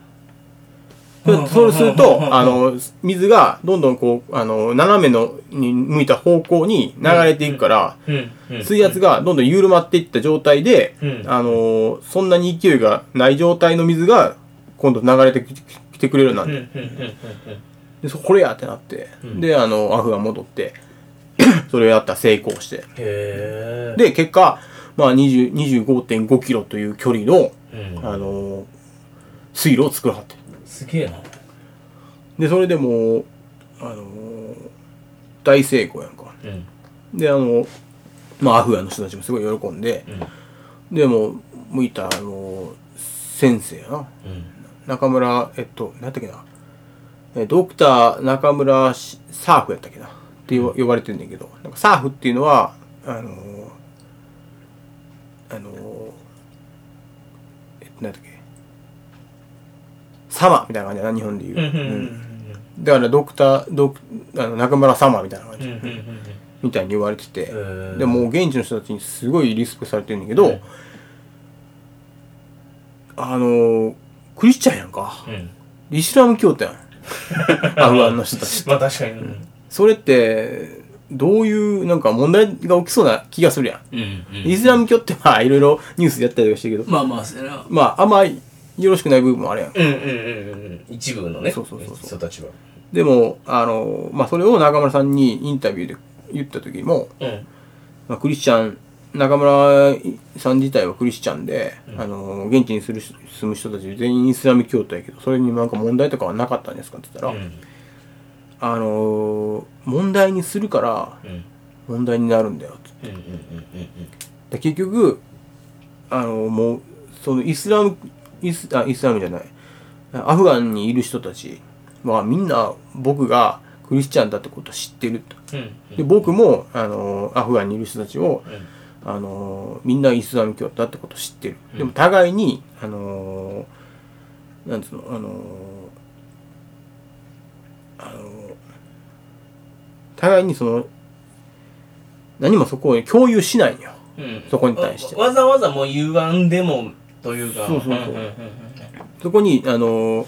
[SPEAKER 2] うん
[SPEAKER 1] でそうする
[SPEAKER 2] うんうんうんうん
[SPEAKER 1] と、あの、水がどんどんこう、あの、斜めのに向いた方向に流れていくから、
[SPEAKER 2] うんうん
[SPEAKER 1] 水圧がどんどん緩まっていった状態で、
[SPEAKER 2] うん
[SPEAKER 1] あの、そんなに勢いがない状態の水が、今度流れてききてくれるようにな
[SPEAKER 2] うん
[SPEAKER 1] る
[SPEAKER 2] うんうんうんうん
[SPEAKER 1] でそこれやってなって、
[SPEAKER 2] うん
[SPEAKER 1] で、あの、アフが戻って、 それをやったら成功して。
[SPEAKER 2] へー
[SPEAKER 1] で、結果、まあ、20 25.5キロという距離の、
[SPEAKER 2] うん
[SPEAKER 1] あの、水路を作らはって。
[SPEAKER 2] すげえな。
[SPEAKER 1] でそれでもうあのー大成功やんか
[SPEAKER 2] うん。
[SPEAKER 1] であのまあアフガンの人たちもすごい喜んで
[SPEAKER 2] うん。
[SPEAKER 1] でもう向いたあのー先生やな
[SPEAKER 2] うん。
[SPEAKER 1] 中村えっと何やったっけなえドクター中村しサーフやったっけなって呼ば呼ばれてんねんけどなんかサーフっていうのはあのーあのーえっと何やったっけサマみたいな感じやな日本でいう、
[SPEAKER 2] うんうん
[SPEAKER 1] うんだからドクター、ドクあの中村様みたいな感
[SPEAKER 2] うんうんう
[SPEAKER 1] じ、
[SPEAKER 2] んうん
[SPEAKER 1] みたいに言われてて、
[SPEAKER 2] うん
[SPEAKER 1] でもう現地の人たちにすごいリスペされてるんだけど、
[SPEAKER 2] うん
[SPEAKER 1] あのークリスチャンやんか
[SPEAKER 2] う。ん。
[SPEAKER 1] イスラム教徒やん。アフガンの人たち。
[SPEAKER 2] まあ確かに。うん
[SPEAKER 1] それって、どういう、なんか問題が起きそうな気がするやん。
[SPEAKER 2] うんうん
[SPEAKER 1] イスラム教ってまあいろいろニュースでやったりとかしてるけど、
[SPEAKER 2] まあまあ、それは。
[SPEAKER 1] まああんまよろしくない部分もあるやん。
[SPEAKER 2] うんうんうんうん。一部のね、
[SPEAKER 1] そうそうそうそう
[SPEAKER 2] 人たちは。
[SPEAKER 1] でも、あのーまあそれを中村さんにインタビューで言った時も、
[SPEAKER 2] うん。
[SPEAKER 1] まあ、クリスチャン中村さん自体はクリスチャンで、あの現地にする住む人たち全員イスラム教徒やけどそれになんか問題とかはなかったんですかって言ったら、
[SPEAKER 2] うん
[SPEAKER 1] あの問題にするから
[SPEAKER 2] うん
[SPEAKER 1] 問題になるんだよって
[SPEAKER 2] うんうんうん
[SPEAKER 1] で結局あのもうそのイスラムイスあイスラムじゃないアフガンにいる人たちはみんな僕がクリスチャンだってことを知ってると
[SPEAKER 2] うんうん
[SPEAKER 1] で僕もあのアフガンにいる人たちを
[SPEAKER 2] うん
[SPEAKER 1] あのーみんなイスラム教だってこと知ってる、でも互いにあのーなんつうのあのーあのー互いにその何もそこを共有しないのよ
[SPEAKER 2] うん
[SPEAKER 1] そこに対して
[SPEAKER 2] わわざわざもう言わんでもというか
[SPEAKER 1] そうそうそうん
[SPEAKER 2] んんん
[SPEAKER 1] そこにあのー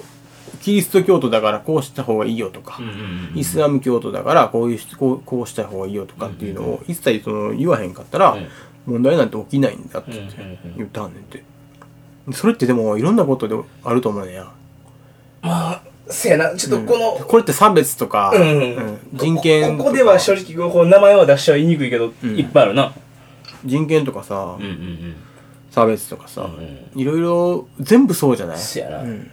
[SPEAKER 1] キリスト教徒だからこうした方がいいよとか、
[SPEAKER 2] うんうんうん
[SPEAKER 1] イスラム教徒だからこういうしこうこうした方がいいよとかっていうのを一切その言わへんかったら、
[SPEAKER 2] うん
[SPEAKER 1] 問題なんて起きないんだって
[SPEAKER 2] うんうんうん
[SPEAKER 1] 言ったんねんてそれってでもいろんなことであると思うねんや
[SPEAKER 2] まあせやなちょっとこの
[SPEAKER 1] これって差別とか、
[SPEAKER 2] うんうん
[SPEAKER 1] うん人権
[SPEAKER 2] ことこ
[SPEAKER 1] か
[SPEAKER 2] こでは正直こう名前は出しちゃ言いにくいけど
[SPEAKER 1] ん
[SPEAKER 2] いっぱいあるな
[SPEAKER 1] 人権とかさ、
[SPEAKER 2] うんうん
[SPEAKER 1] 差別とかさ、
[SPEAKER 2] ん
[SPEAKER 1] いろいろ全部そうじゃない
[SPEAKER 2] せやな
[SPEAKER 1] うん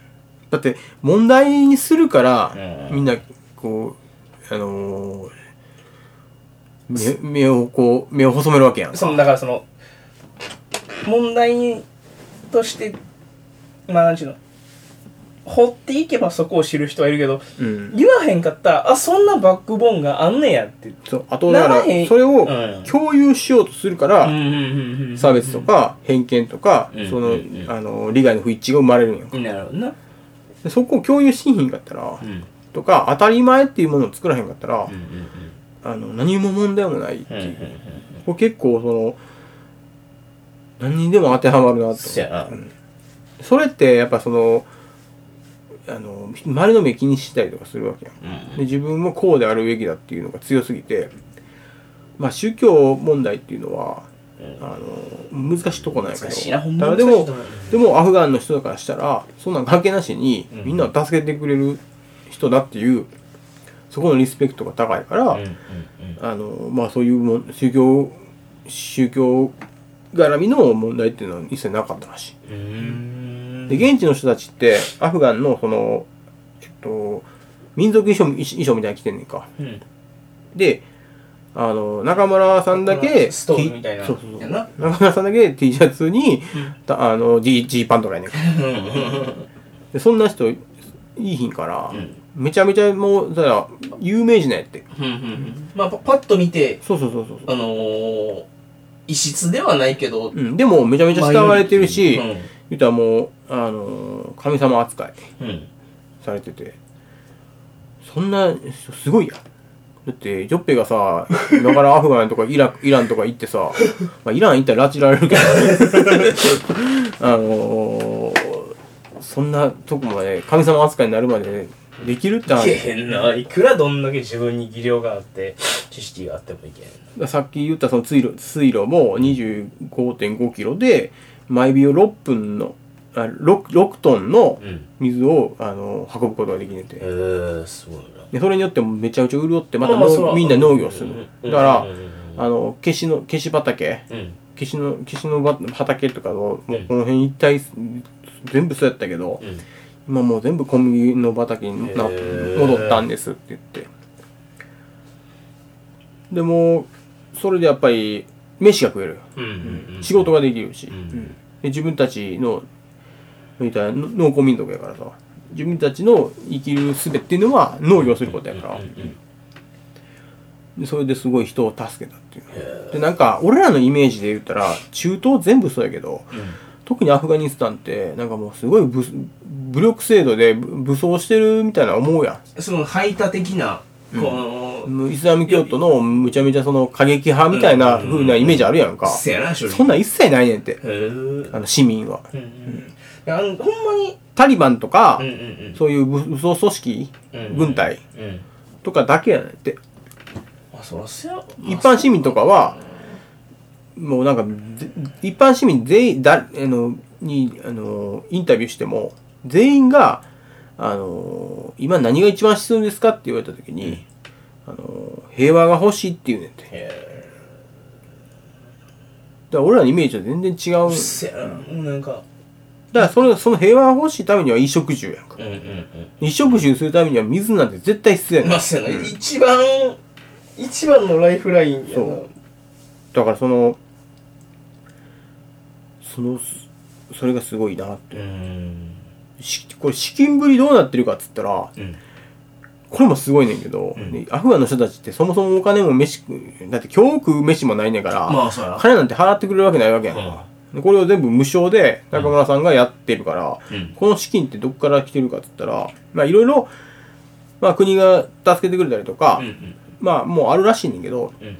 [SPEAKER 1] だって問題にするから、
[SPEAKER 2] うん
[SPEAKER 1] みんなこうあのー目目をこう目を細めるわけやん
[SPEAKER 2] そのだからその問題としてまあなんちゅうの掘っていけばそこを知る人はいるけど
[SPEAKER 1] うん
[SPEAKER 2] 言わへんかったらあそんなバックボーンがあんねやって
[SPEAKER 1] そうあとだから
[SPEAKER 2] ならへん
[SPEAKER 1] それを
[SPEAKER 2] うん
[SPEAKER 1] 共有しようとするから、差
[SPEAKER 2] 差
[SPEAKER 1] 別とか偏見とか、
[SPEAKER 2] うん
[SPEAKER 1] その、
[SPEAKER 2] うん
[SPEAKER 1] あの利害の不一致が生まれるんよ
[SPEAKER 2] なるほどな
[SPEAKER 1] でそこを共有しひんかったら、
[SPEAKER 2] うん
[SPEAKER 1] とか当たり前っていうものを作らへんかったら、
[SPEAKER 2] うんうん
[SPEAKER 1] あの何も問題もないって
[SPEAKER 2] うんうん
[SPEAKER 1] いうう、
[SPEAKER 2] んうん
[SPEAKER 1] これ結構その何にでも当てはまるなと
[SPEAKER 2] そやな。
[SPEAKER 1] それってやっぱそのあの周りの目気にしたりとかするわけやん
[SPEAKER 2] うん。
[SPEAKER 1] で自分もこうであるべきだっていうのが強すぎてまあ宗教問題っていうのはあの難しいとこないけど
[SPEAKER 2] 難しいなほんま
[SPEAKER 1] ただ
[SPEAKER 2] 難
[SPEAKER 1] で
[SPEAKER 2] しい
[SPEAKER 1] も
[SPEAKER 2] と思う
[SPEAKER 1] でもアフガンの人からしたらそんなん関係なしにみんなを助けてくれる人だっていうそこのリスペクトが高いから、
[SPEAKER 2] うんうんうん。
[SPEAKER 1] あのまあそういうもん宗教宗教絡みの問題っていうのは一切なかったらしい。
[SPEAKER 2] うーん
[SPEAKER 1] で現地の人たちってアフガンのそのえっと民族衣装衣衣装みたいに着てんねんか
[SPEAKER 2] うん
[SPEAKER 1] であの中村さんだけ
[SPEAKER 2] ストールみたいな
[SPEAKER 1] T- そうそうそう
[SPEAKER 2] やな
[SPEAKER 1] 中村さんだけ T シャツにたあの G, G パンとかやねんかでそんな人いいひんから、
[SPEAKER 2] ん
[SPEAKER 1] めちゃめちゃもうだから有名人なんやって
[SPEAKER 3] まあ、パパッと見て、
[SPEAKER 1] そうそうそうそう
[SPEAKER 3] あのー、異質ではないけど、
[SPEAKER 1] うん、でもめちゃめちゃ慕われてるし、
[SPEAKER 2] うん
[SPEAKER 1] 言うたらもう、あのー神様扱い
[SPEAKER 2] うん
[SPEAKER 1] されててそんなすごいやんだってジョッペがさだからアフガンとかイラクイランとか行ってさ、まあ、イラン行ったら拉致られるけど あのーそんなとこまで神様扱いになるまでできるって
[SPEAKER 2] いけ
[SPEAKER 1] 話
[SPEAKER 2] へんないくらどんだけ自分に技量が あって知識があってもいけへんな
[SPEAKER 1] さっき言ったその水路水路も25.5キロで毎秒6分のあ 6, 6トンの
[SPEAKER 2] うん
[SPEAKER 1] 水をあの運ぶことができね
[SPEAKER 2] え
[SPEAKER 1] て
[SPEAKER 2] ー、すごいな
[SPEAKER 1] でそれによってもめちゃめちゃ潤ってまた
[SPEAKER 2] まあまあ
[SPEAKER 1] 農
[SPEAKER 2] そう
[SPEAKER 1] みんな農業す
[SPEAKER 2] うんうん
[SPEAKER 1] る
[SPEAKER 2] うん
[SPEAKER 1] だから
[SPEAKER 2] うんうん
[SPEAKER 1] あの消しの消し畑
[SPEAKER 2] うん
[SPEAKER 1] 消しの消しのば畑とかのも
[SPEAKER 2] う
[SPEAKER 1] うんこの辺一帯全部そうやったけど
[SPEAKER 2] うん
[SPEAKER 1] 今もう全部小麦の畑にな
[SPEAKER 2] へー
[SPEAKER 1] 戻ったんですって言ってでもそれでやっぱり飯が食える
[SPEAKER 2] うんうんうん
[SPEAKER 1] 仕事ができるし、
[SPEAKER 2] ん
[SPEAKER 1] うんで自分たちのみたいな農耕民族やからさ自分たちの生きる術っていうのは農業することやから、
[SPEAKER 2] うん
[SPEAKER 1] でそれですごい人を助けたっていうでなんか俺らのイメージで言ったら中東全部そうやけど、特にアフガニスタンってなんかもうすごい武武力制度で武武装してるみたいな思うや
[SPEAKER 3] その排他的な、この、
[SPEAKER 1] んもうイスラム教徒のむちゃめちゃその過激派みたいな風なイメージあるやんか、
[SPEAKER 3] せやな、正直
[SPEAKER 1] そんなん一切ないねんって
[SPEAKER 2] へー
[SPEAKER 1] あの市民は
[SPEAKER 2] うんうん
[SPEAKER 3] あの、ほんまに、
[SPEAKER 1] タリバンとか、
[SPEAKER 2] うんうん
[SPEAKER 1] そういう武武装組織、
[SPEAKER 2] うん
[SPEAKER 1] 軍隊
[SPEAKER 2] うん
[SPEAKER 1] とかだけやねんって。
[SPEAKER 3] あ、そらせや、
[SPEAKER 1] 一般市民とかは、もうなんか、ぜ一般市民全員、だ、あの、に、あの、インタビューしても、全員が、あの、今何が一番必要ですかって言われた時に、あの、平和が欲しいって言うねんて。だから俺らのイメージは全然違う。だ
[SPEAKER 3] せやな、もうなんか、
[SPEAKER 1] からそれ、その平和が欲しいためには衣食住やんか
[SPEAKER 2] う。んうんうん
[SPEAKER 1] 衣食住するためには水なんて絶対必要やねん
[SPEAKER 3] まあ、せやな、一番、一番のライフラインや
[SPEAKER 1] そ
[SPEAKER 3] な。
[SPEAKER 1] うだからそのそのすそれがすごいな
[SPEAKER 2] うーん
[SPEAKER 1] しこれ資金ぶりどうなってるかっつったら
[SPEAKER 2] うん
[SPEAKER 1] これもすごいねんけど、でアフガンの人たちってそもそもお金も飯だって今日食う飯もないねんから、
[SPEAKER 3] まあ、そうや。
[SPEAKER 1] 金なんて払ってくれるわけないわけやんか、でこれを全部無償で中村さんがやってるから、
[SPEAKER 2] うん
[SPEAKER 1] この資金ってどこから来てるかっつったらまあいろいろまあ国が助けてくれたりとか、
[SPEAKER 2] うんうん
[SPEAKER 1] まあもうあるらしいねんけど、
[SPEAKER 2] うん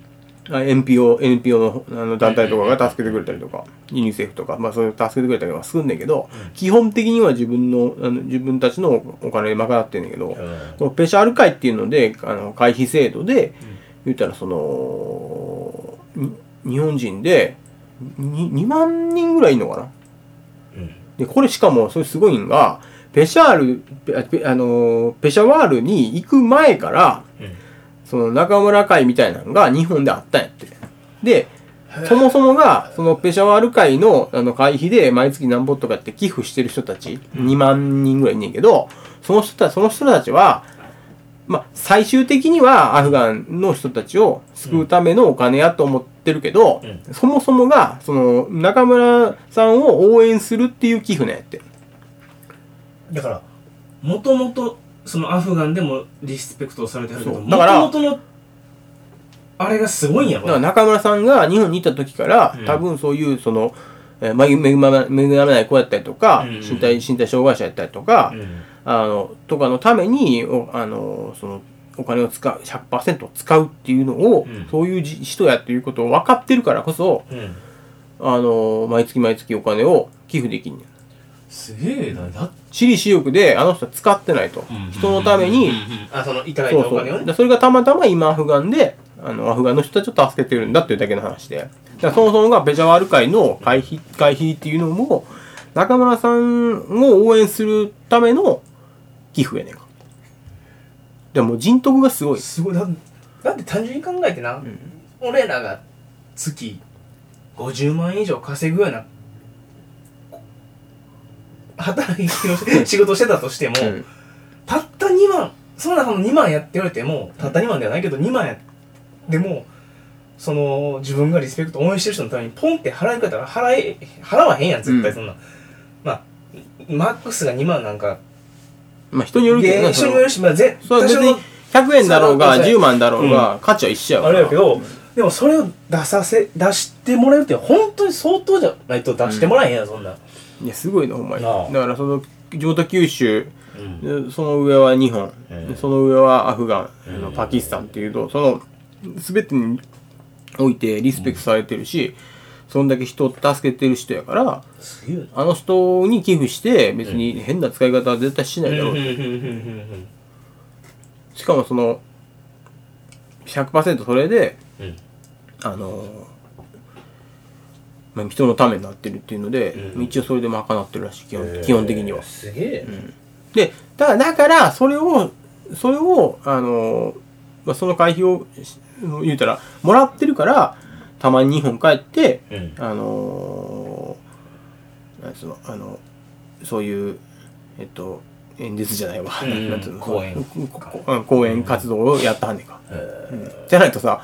[SPEAKER 1] あ NPO, NPO のあの団体とかが助けてくれたりとか、ユニセフとか、まあ、そういう助けてくれたりはするんだけど、基本的には自分のあの自分たちのお金で賄ってんだけど、
[SPEAKER 2] うん
[SPEAKER 1] このペシャル会っていうのであの会費制度で、言ったらそのに日本人でに 2, 万人ぐらいいるのかな
[SPEAKER 2] うん
[SPEAKER 1] でこれしかもそれすごいんがペシャールペあペあのペシャワールに行く前から
[SPEAKER 2] うん
[SPEAKER 1] その中村会みたいなのが日本であったんやって。で、そもそもが、そのペシャワール会のあの会費で毎月何ぼとかって寄付してる人たち、2万人ぐらいいんねんけど、その人たその人たちは、まあ、最終的にはアフガンの人たちを救うためのお金やと思ってるけど、
[SPEAKER 2] う
[SPEAKER 1] そもそもが、その中村さんを応援するっていう寄付なんやって。
[SPEAKER 3] だから、もともと、そのアフガンでもリスペクトされてるけど、
[SPEAKER 1] そう
[SPEAKER 3] もと
[SPEAKER 1] だから
[SPEAKER 3] もとの、あれがすごいんや
[SPEAKER 1] だから
[SPEAKER 3] ろ。
[SPEAKER 1] 中村さんが日本にいた時から、多分そういうその、えー恵め恵まれ恵まれない子やったりとか、
[SPEAKER 2] うん
[SPEAKER 1] 身体身体障害者やったりとか、
[SPEAKER 2] うん
[SPEAKER 1] あのとかのためにおあのそのお金を使う100%使うっていうのを、
[SPEAKER 2] うん
[SPEAKER 1] そういうじ人やっていうことを分かってるからこそ
[SPEAKER 2] うん
[SPEAKER 1] ああの、毎月毎月お金を寄付できんねん。
[SPEAKER 2] すげえなだっ
[SPEAKER 1] 私利私欲で、あの人は使ってないと。人のために、
[SPEAKER 3] あ、その、いただい
[SPEAKER 1] そ
[SPEAKER 3] た
[SPEAKER 1] う
[SPEAKER 3] お
[SPEAKER 1] そう。
[SPEAKER 3] 金を
[SPEAKER 1] だか
[SPEAKER 3] ね。
[SPEAKER 1] らそれがたまたま今アフガンで、あの、アフガンの人たちを助けてるんだっていうだけの話で。だからそもそもがベジャワール会の会費、会費っていうのも、中村さんを応援するための寄付やねんか。でも人徳がすごい。
[SPEAKER 3] すごい、だだって単純に考えてな、俺らが月50万円以上稼ぐような、働きを し仕事してたとしても、
[SPEAKER 1] うん
[SPEAKER 3] たった2万その中の2万やっておいてもたった2万ではないけど2万やでもその自分がリスペクト応援してる人のためにポンって払えるかったら払え払わへんやん絶対そんな、まあマックスが2万なんか
[SPEAKER 1] まあ人によるけど
[SPEAKER 3] で
[SPEAKER 1] な、
[SPEAKER 3] 一緒
[SPEAKER 1] そ
[SPEAKER 3] に
[SPEAKER 1] の
[SPEAKER 3] もよるし、まあ、ぜ
[SPEAKER 1] それ
[SPEAKER 3] 多
[SPEAKER 1] は別
[SPEAKER 3] 少
[SPEAKER 1] に
[SPEAKER 3] の
[SPEAKER 1] 100円だろうが
[SPEAKER 3] それは
[SPEAKER 1] 10万だろうが価値は一緒やか
[SPEAKER 3] あ
[SPEAKER 1] ら。
[SPEAKER 3] れやけど、でもそれを出させ出してもらえるって本当に相当じゃないと出してもらえへんやんそんな、
[SPEAKER 1] いや、すごいな、ほんまに。
[SPEAKER 2] なあ
[SPEAKER 1] だからその、上都九州、
[SPEAKER 2] うん
[SPEAKER 1] でその上は日本、
[SPEAKER 2] ええ
[SPEAKER 1] でその上はアフガン、
[SPEAKER 2] ええ
[SPEAKER 1] あのパキスタンっていうとその全てにおいてリスペクトされてるし、そんだけ人を助けてる人やから
[SPEAKER 2] すげえな
[SPEAKER 1] あの人に寄付して別に変な使い方は絶対しないだろう、しかもその100%それで
[SPEAKER 2] うん
[SPEAKER 1] あのーまあ、人のためになってるっていうので、
[SPEAKER 2] うん
[SPEAKER 1] 一応それで賄ってるらしい基本,、基本的には
[SPEAKER 2] えーすげえな
[SPEAKER 1] でだだからそれをそれをあの、まあ、その会費をし言うたらもらってるからたまに日本帰って
[SPEAKER 2] うん
[SPEAKER 1] あのなんつうのあのそういうえっと演説じゃないわ、
[SPEAKER 2] うんうん
[SPEAKER 1] なんつうの
[SPEAKER 2] 講演
[SPEAKER 1] ここうん講演活動をやったはんねんか、うんじゃないとさ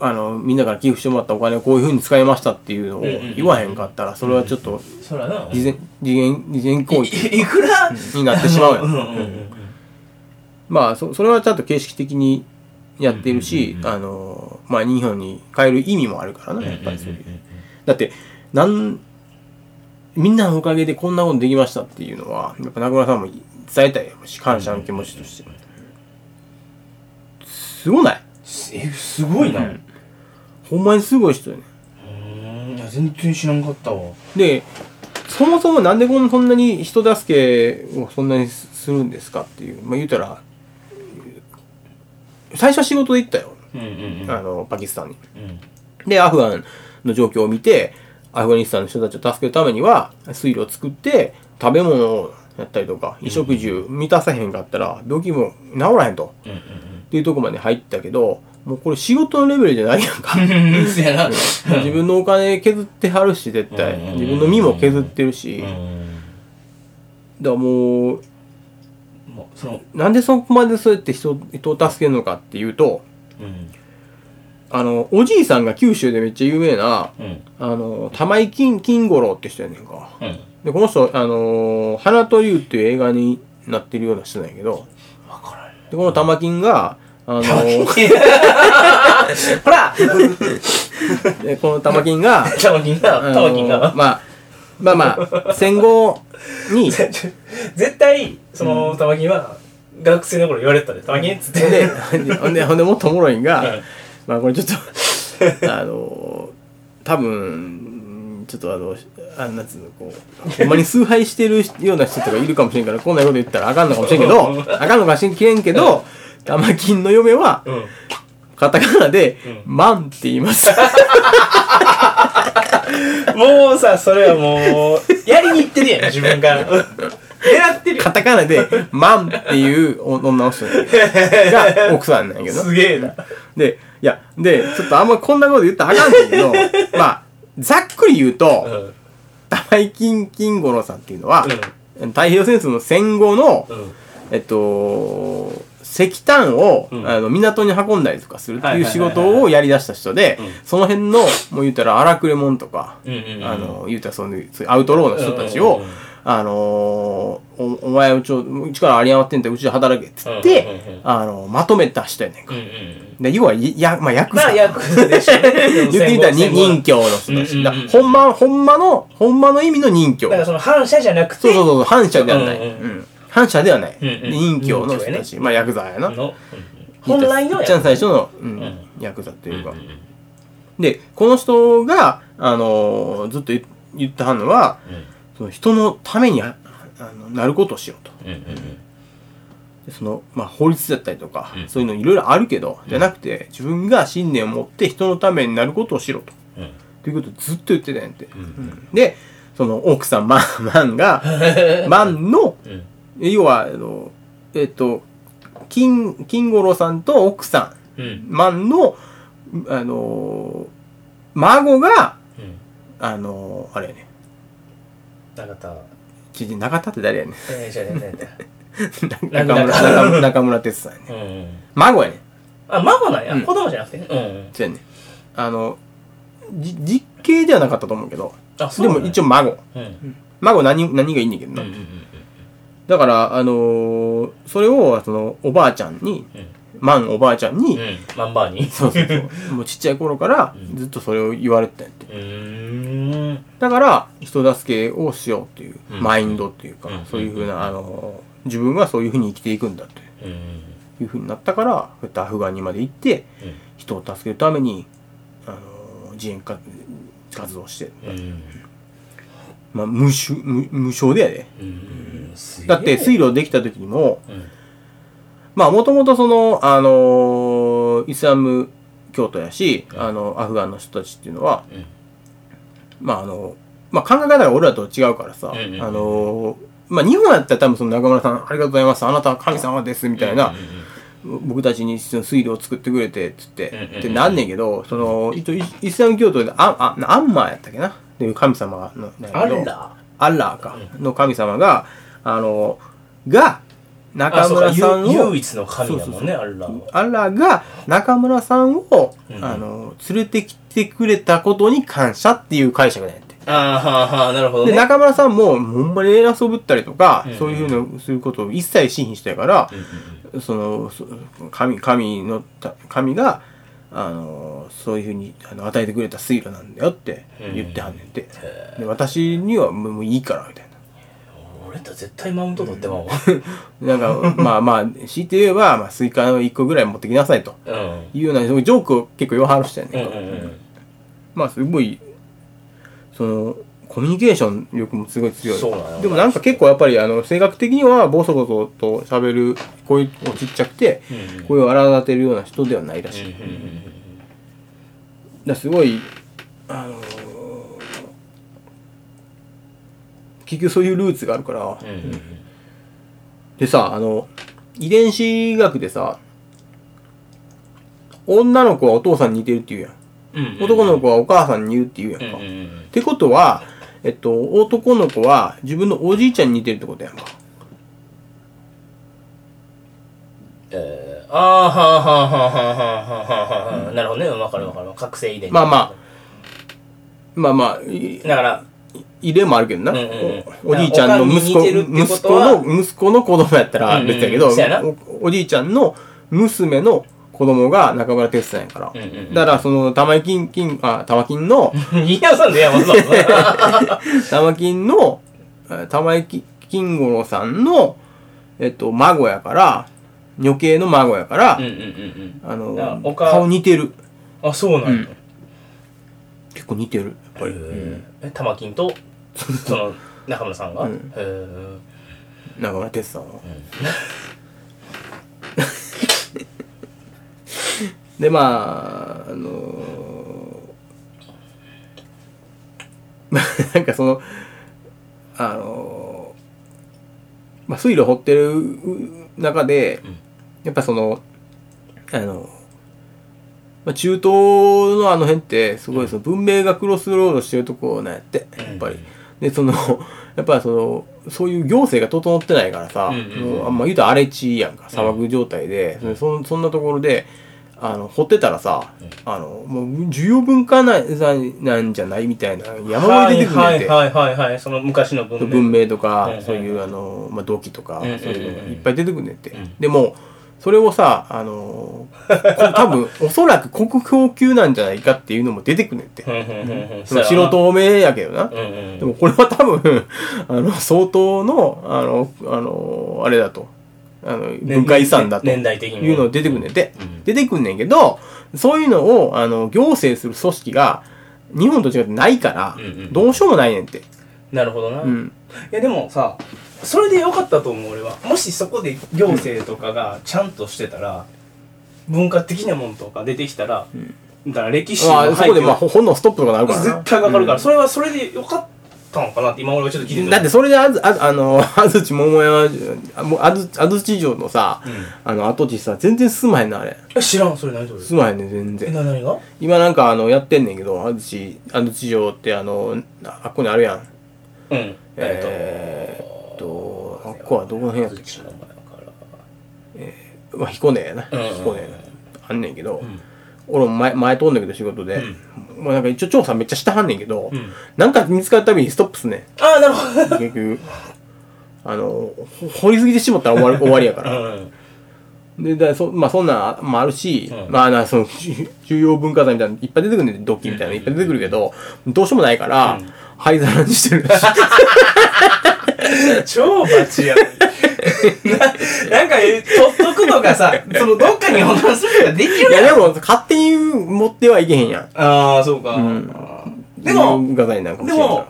[SPEAKER 1] あのみんなから寄付してもらったお金をこういうふうに使いましたっていうのを言わへんかったらそれはちょっと
[SPEAKER 3] そらな
[SPEAKER 1] 事前事前事前行為
[SPEAKER 3] いいくら、
[SPEAKER 1] になってしまうやん
[SPEAKER 3] うんうんうん
[SPEAKER 1] まあそそれはちゃんと形式的にやってるし、あのまあ日本に変える意味もあるからなやっぱりそういう、だってなんみんなのおかげでこんなことできましたっていうのはやっぱ中村さんも伝えたいやろし感謝の気持ちとして、すごない
[SPEAKER 3] すえすごいな、
[SPEAKER 1] うんほんまにすごい人やね
[SPEAKER 3] うんいや全然知らんかったわ
[SPEAKER 1] でそもそもなんでこんそんなに人助けをそんなにすするんですかっていうまあ言うたら最初は仕事で行ったよ、
[SPEAKER 2] うんうんうん
[SPEAKER 1] あのパキスタンに
[SPEAKER 2] うん
[SPEAKER 1] で、アフガンの状況を見て、アフガニスタンの人たちを助けるためには、水路を作って、食べ物をやったりとか、衣食住満たさへんかったら、病気も治らへんと。
[SPEAKER 2] うんうん
[SPEAKER 1] っていうとこまで入ったけど、もうこれ仕事のレベルじゃないやんか。
[SPEAKER 2] うんそやな
[SPEAKER 1] 自分のお金削ってはるし、絶対
[SPEAKER 2] うん。
[SPEAKER 1] 自分の身も削ってるし。
[SPEAKER 2] う
[SPEAKER 1] だからも
[SPEAKER 2] ん
[SPEAKER 1] う、
[SPEAKER 3] もうその
[SPEAKER 1] なんでそこまでそうやって人人を助けるのかっていうと、
[SPEAKER 2] うん
[SPEAKER 1] あの、おじいさんが九州でめっちゃ有名な、
[SPEAKER 2] うん
[SPEAKER 1] あの、玉井金、金五郎って人やねんか。
[SPEAKER 2] うん
[SPEAKER 1] で、この人、あのー花と竜っていう映画になってるような人なんやけど、
[SPEAKER 3] わからん
[SPEAKER 1] で、この玉金が、あのー
[SPEAKER 3] ほら
[SPEAKER 1] でこの玉金が、
[SPEAKER 3] タマキン
[SPEAKER 1] あ
[SPEAKER 3] が
[SPEAKER 1] のー
[SPEAKER 3] タマキンが
[SPEAKER 1] まあ、まあまあ、戦後 に、で、
[SPEAKER 3] 絶対そのタマキンは学生の頃言われてたでタマキンっつって
[SPEAKER 1] ほんで、ほんで、もっとおもろいん
[SPEAKER 2] う
[SPEAKER 1] が
[SPEAKER 2] ん、
[SPEAKER 1] まあこれちょっと、あのー多分、ちょっとあの、あんなつうの、こう、ほんまに崇拝してるような人とかいるかもしれんから、こんなこと言ったらあかんのかもしれんけ ど、あかんのかもしれんけど、玉金の嫁は、
[SPEAKER 3] うん
[SPEAKER 1] カタカナで、マンって言 います。
[SPEAKER 3] もうさ、それはもう、やりに行ってるやん、自分から。狙ってる
[SPEAKER 1] カタカナで、マンっていう女の人が奥さんなんやけ
[SPEAKER 3] やん。
[SPEAKER 1] どな
[SPEAKER 3] す。げえな。
[SPEAKER 1] で、いや、で、ちょっとあんまこんなこと言ったらあかんね んけど、まあ、ざっくり言う
[SPEAKER 3] う
[SPEAKER 1] と、
[SPEAKER 3] ん。
[SPEAKER 1] 玉井金金五郎さんっていうのは、太平洋戦争の戦後の、
[SPEAKER 3] うん。
[SPEAKER 1] えっと、石炭を、
[SPEAKER 2] うん
[SPEAKER 1] あの港に運んだりとかするって
[SPEAKER 2] はいいうはい
[SPEAKER 1] 仕
[SPEAKER 2] はいはい
[SPEAKER 1] 事をやり出した人で
[SPEAKER 2] うん、
[SPEAKER 1] その辺の、もう言うたら荒くれ者とか、
[SPEAKER 2] うんうん
[SPEAKER 1] あの、言うたらそういう、そういうアウトローの人たち
[SPEAKER 2] うん
[SPEAKER 1] を
[SPEAKER 2] うんうん、
[SPEAKER 1] あのーお、お前うちを、うちから有り余ってんだうちで働けって言って
[SPEAKER 2] うんうんうん、
[SPEAKER 1] あの、まとめた人やねん
[SPEAKER 2] う
[SPEAKER 1] か。
[SPEAKER 2] んうん
[SPEAKER 1] で、要は、いや、まあ、役
[SPEAKER 3] まあ、役でしょ。
[SPEAKER 1] 言ってみたらに任
[SPEAKER 3] 気。
[SPEAKER 1] 教の人たち。
[SPEAKER 2] うんう
[SPEAKER 1] だ
[SPEAKER 2] んうん
[SPEAKER 1] ほんま、ほんまの、ほんまの意味の任教。
[SPEAKER 3] だからその反射じゃなくて、
[SPEAKER 1] そうそうそう、反社ではない。
[SPEAKER 2] うんうん
[SPEAKER 1] う
[SPEAKER 2] うん
[SPEAKER 1] ん反社ではない。
[SPEAKER 2] うん
[SPEAKER 1] で
[SPEAKER 2] うん
[SPEAKER 1] 任教の人たち。まあ、ヤクザやな。
[SPEAKER 2] の
[SPEAKER 3] 本来の
[SPEAKER 1] いっ
[SPEAKER 3] や
[SPEAKER 1] ちゃん最初の、うん
[SPEAKER 2] ん
[SPEAKER 1] ヤクザって
[SPEAKER 2] うん
[SPEAKER 1] いううん
[SPEAKER 2] う
[SPEAKER 1] か。
[SPEAKER 2] ん
[SPEAKER 1] で、この人が、あのーずっと言言ってはんのは、その人のためにああのなることをしようと。
[SPEAKER 2] うんうんうん
[SPEAKER 1] でその、まあ、法律だったりとか、
[SPEAKER 2] うん
[SPEAKER 1] そういうのいろいろあるけど、じゃなくて、自分が信念を持って人のためになることをしろと。
[SPEAKER 2] うん
[SPEAKER 1] ということをずっと言ってたんやって。
[SPEAKER 2] うん
[SPEAKER 1] で、その奥さん、マン、マン が、マンの、
[SPEAKER 2] うんうん
[SPEAKER 1] 要は、あの、えっ、と、金、金五郎さんと奥さ
[SPEAKER 2] うん
[SPEAKER 1] ん、マンの、あの、孫が、
[SPEAKER 2] うん
[SPEAKER 1] あの、あれやね、
[SPEAKER 3] 中田
[SPEAKER 1] 知人中田って誰やねん
[SPEAKER 3] えー、じゃあじゃあじゃあ
[SPEAKER 1] 中村、中村中村哲さんやね。
[SPEAKER 2] うんうん
[SPEAKER 1] 孫やね。
[SPEAKER 3] あ孫なんや、
[SPEAKER 1] うん
[SPEAKER 3] 子供じゃなくてね
[SPEAKER 2] うん
[SPEAKER 1] そうやね。あの、じ実刑ではなかったと思うけど、
[SPEAKER 3] あそ
[SPEAKER 1] で
[SPEAKER 3] うな
[SPEAKER 1] も
[SPEAKER 3] んや
[SPEAKER 1] 一応孫。
[SPEAKER 2] うん
[SPEAKER 1] 孫何、何がいいねんけど
[SPEAKER 2] うんう
[SPEAKER 1] な。
[SPEAKER 2] ん
[SPEAKER 1] だから、あのーそれを、その、おばあちゃんに、
[SPEAKER 2] うん
[SPEAKER 1] マンおばあちゃんに、
[SPEAKER 2] うんマンバーに
[SPEAKER 1] そうそうそう。もうちっちゃい頃から
[SPEAKER 2] うん
[SPEAKER 1] ずっとそれを言われてたんやって。
[SPEAKER 2] うーん
[SPEAKER 1] だから、人助けをしようっていう、
[SPEAKER 2] うん
[SPEAKER 1] マインドっていうか、
[SPEAKER 2] うん
[SPEAKER 1] そういうふうな、あのー自分がそういうふうに生きていくんだって
[SPEAKER 2] うんうん
[SPEAKER 1] いうふうになったから、こうやってアフガンにまで行って、人を助けるために、あのー自衛活活動して、
[SPEAKER 2] うんうん
[SPEAKER 1] まあ、無償無無償でやで。
[SPEAKER 2] うん
[SPEAKER 1] だって、水
[SPEAKER 2] 路
[SPEAKER 1] 路できた時にも、
[SPEAKER 2] うん
[SPEAKER 1] まあ、もともとその、あのーイスラム教徒やし、
[SPEAKER 2] うん
[SPEAKER 1] あの、アフガンの人たちっていうのは、
[SPEAKER 2] うん
[SPEAKER 1] まあ、あの、まあ、考え方が俺らと違うからさ、
[SPEAKER 2] うんうんうん
[SPEAKER 1] あのーまあ、日本やったら多分その中村さん、ありがとうございます、あなたは神様です、みたいな、
[SPEAKER 2] うんうん
[SPEAKER 1] 僕たちにその水路を作ってくれて、つって、
[SPEAKER 2] うんうんうん
[SPEAKER 1] ってなんねんけど、その、一応イイスラム教徒で、あ、あ、アンマーやったっけなっていう神様の、なんやけど
[SPEAKER 3] あるんだ
[SPEAKER 1] アッラーか、の神様が、あのーが、
[SPEAKER 2] あ
[SPEAKER 1] 中
[SPEAKER 2] そうか
[SPEAKER 1] 村さんを、
[SPEAKER 2] ゆ唯一の神だもんねアッラーは
[SPEAKER 1] アッラーが中村さんを、
[SPEAKER 2] うん
[SPEAKER 1] あの連れてきてくれたことに感謝っていう解釈なんやって。
[SPEAKER 2] あーはーはーなるほど
[SPEAKER 1] で、
[SPEAKER 2] ね
[SPEAKER 1] 中村さんも、ほんまに偉そうぶったりとか、
[SPEAKER 2] うん
[SPEAKER 1] そういうふうにすることを一切しひん人やから
[SPEAKER 2] う、んうん
[SPEAKER 1] その、そ神、神のた、神が、あの、そういうふうにあの与えてくれた水路なんだよって言ってはんねんて。
[SPEAKER 2] へ
[SPEAKER 1] で、私にはもうもういいから、みたいな。
[SPEAKER 2] ー俺と絶対マウント取ってまうわ
[SPEAKER 1] なんか、 まあまあ、強いて言えば、まあ、スイカの一個ぐらい持ってきなさいと。
[SPEAKER 2] うんうん
[SPEAKER 1] いうような、そういうジョークを結構言わはる人やねん
[SPEAKER 2] う
[SPEAKER 1] け
[SPEAKER 2] ん
[SPEAKER 1] ど
[SPEAKER 2] うん
[SPEAKER 1] まあすごいそのコミュニケーション力もすごい強い
[SPEAKER 2] そうなの
[SPEAKER 1] でもなんか結構やっぱりあの性格的にはボソボソと喋る声をちっちゃくて
[SPEAKER 2] うんうん
[SPEAKER 1] 声を荒立てるような人ではないらしい、だか
[SPEAKER 2] うんうんうん
[SPEAKER 1] らすごいあのー結局そういうルーツがあるから、
[SPEAKER 2] うんうん
[SPEAKER 1] でさあの遺伝子学でさ女の子はお父さんに似てるって言うやん
[SPEAKER 2] うんうん
[SPEAKER 1] 男の子はお母さんに似るって言うやん
[SPEAKER 2] う
[SPEAKER 1] か、
[SPEAKER 2] んうんうん
[SPEAKER 1] ってことは、えっと、男の子は自分のおじいちゃんに似てるってことやんか。
[SPEAKER 2] えーあーはーはーはーはーはーはーはーなるほどねわかるわかる覚醒遺伝
[SPEAKER 1] まあままあまあ、い
[SPEAKER 2] だから
[SPEAKER 1] 異例もあるけどな。
[SPEAKER 2] うんうんうん
[SPEAKER 1] おおじいちゃんの息子、
[SPEAKER 2] おかんに似てるってこ
[SPEAKER 1] 息
[SPEAKER 2] と
[SPEAKER 1] 子
[SPEAKER 2] は
[SPEAKER 1] の、息子の子供やったら別だけど、
[SPEAKER 2] うんうんそうやな
[SPEAKER 1] おおじいちゃんの娘の子供が中村哲さんやから。
[SPEAKER 2] うんうんうん
[SPEAKER 1] だから、その、玉金、金、あ、玉金の、
[SPEAKER 2] 飯屋さん でやばそう
[SPEAKER 1] 玉金の、え玉井き金五郎さんの、えっと、孫やから、女系の孫やから、
[SPEAKER 2] うんうんうん
[SPEAKER 1] あ
[SPEAKER 2] だから
[SPEAKER 1] の、
[SPEAKER 2] おか
[SPEAKER 1] 顔似てる。
[SPEAKER 2] うんあそうなんや
[SPEAKER 1] 結構似てるやっぱり、
[SPEAKER 2] へーえ玉金とその 中村さんが
[SPEAKER 1] う
[SPEAKER 2] へ
[SPEAKER 1] ん
[SPEAKER 2] ー
[SPEAKER 1] 中村哲さんは、でまああのー、 なんかそのあのーまあ、水路掘ってるう中で、
[SPEAKER 2] うん
[SPEAKER 1] やっぱそのあのまあ、中東のあの辺ってすごいその文明がクロスロードしてるとこなんやってやっぱり、
[SPEAKER 2] うん
[SPEAKER 1] でそのやっぱそのそういう行政が整ってないからさ、
[SPEAKER 2] うんうんうん
[SPEAKER 1] もうあんま言うたら荒れ地やんか砂漠状態で、でそんそんなところであの掘ってたらさ、
[SPEAKER 2] うん
[SPEAKER 1] あのもう需要文化なななんじゃないみたいな山盛り出てくるんだ
[SPEAKER 2] は
[SPEAKER 1] っ
[SPEAKER 2] い
[SPEAKER 1] て、
[SPEAKER 2] はいはいはいはいその昔の文明
[SPEAKER 1] 文明とか、
[SPEAKER 2] はいはいはい
[SPEAKER 1] そういうあの、まあ、土器とか、
[SPEAKER 2] うんうんうん
[SPEAKER 1] そういうのがいっぱい出てくるんだって、
[SPEAKER 2] うん
[SPEAKER 1] でもそれをさあのーこ 多分おそらく国宝級なんじゃないかっていうのも出てくるんだって、
[SPEAKER 2] うんうんうんうん
[SPEAKER 1] その白透明やけどな、
[SPEAKER 2] うんうん
[SPEAKER 1] でもこれは多分 あの相当のあのあのあれだとあの文化遺産だと
[SPEAKER 2] 年
[SPEAKER 1] い
[SPEAKER 2] 代的にも
[SPEAKER 1] うの出てくんねんで
[SPEAKER 2] うん
[SPEAKER 1] 出てくんねんけどそういうのをあの行政する組織が日本と違ってないから
[SPEAKER 4] うんうん、
[SPEAKER 1] どうしようもないねんって。
[SPEAKER 4] なるほどな、
[SPEAKER 1] う
[SPEAKER 4] い
[SPEAKER 1] ん。
[SPEAKER 2] やでもさそれでよかったと思う俺はもしそこで行政とかがちゃんとしてたら、文化的なものとか出てきたら、だから歴史
[SPEAKER 1] ま
[SPEAKER 2] の
[SPEAKER 1] あ、そ
[SPEAKER 2] 背
[SPEAKER 1] こで、
[SPEAKER 2] 景
[SPEAKER 1] まあ、
[SPEAKER 2] は
[SPEAKER 1] ほんのストップとかなるからな。
[SPEAKER 2] 絶対かかるから、それはそれでよかったのかなって今俺はちょっと聞いて
[SPEAKER 1] だってそれであず、あず、あの、安土桃山、あもう安土安土城のさ、あの、跡地さ、全然進まへんな、あれ。
[SPEAKER 2] て知らんそれ何それ
[SPEAKER 1] 進まへんねん、全
[SPEAKER 2] え
[SPEAKER 1] 然。
[SPEAKER 2] な何が
[SPEAKER 1] 今なんか、あの、やってんねんけど、安土、安土城って、あの、ああっこにあるやん。
[SPEAKER 4] うん
[SPEAKER 1] えーっと、あっこはどこの辺やったっけ
[SPEAKER 4] ちの前から
[SPEAKER 1] まあ、彦根やな。
[SPEAKER 4] うんうんうん
[SPEAKER 1] 彦根やな。あんねんけど、
[SPEAKER 4] ん
[SPEAKER 1] 俺も前、前通んねんけど、仕事で。まあなんか一応調査めっちゃしてはんねんけど、
[SPEAKER 4] ん
[SPEAKER 1] なんか見つかるたびにストップすんねん。
[SPEAKER 2] ああなるほど
[SPEAKER 1] 結局、あの、ほ掘りすぎてしもったら終わり終わり やから。
[SPEAKER 4] うん
[SPEAKER 1] で、だそまあそんなんもあるし、
[SPEAKER 4] うん
[SPEAKER 1] まあなその重重要文化財みたいなのいっぱい出てくるんで、ドッキリみたいなのいっぱい出てくるけど、どうしようもないから、灰皿にしてるらし い。
[SPEAKER 2] 超バチやん ななんか取っとくとかさそのどっかに保存するとかできる
[SPEAKER 1] い
[SPEAKER 2] やん
[SPEAKER 1] やでも勝手に持ってはいけへんやん。
[SPEAKER 2] ああそうか、
[SPEAKER 1] ん
[SPEAKER 2] でも
[SPEAKER 1] 重要文化財なんかもし
[SPEAKER 2] で
[SPEAKER 1] れんから
[SPEAKER 2] も。、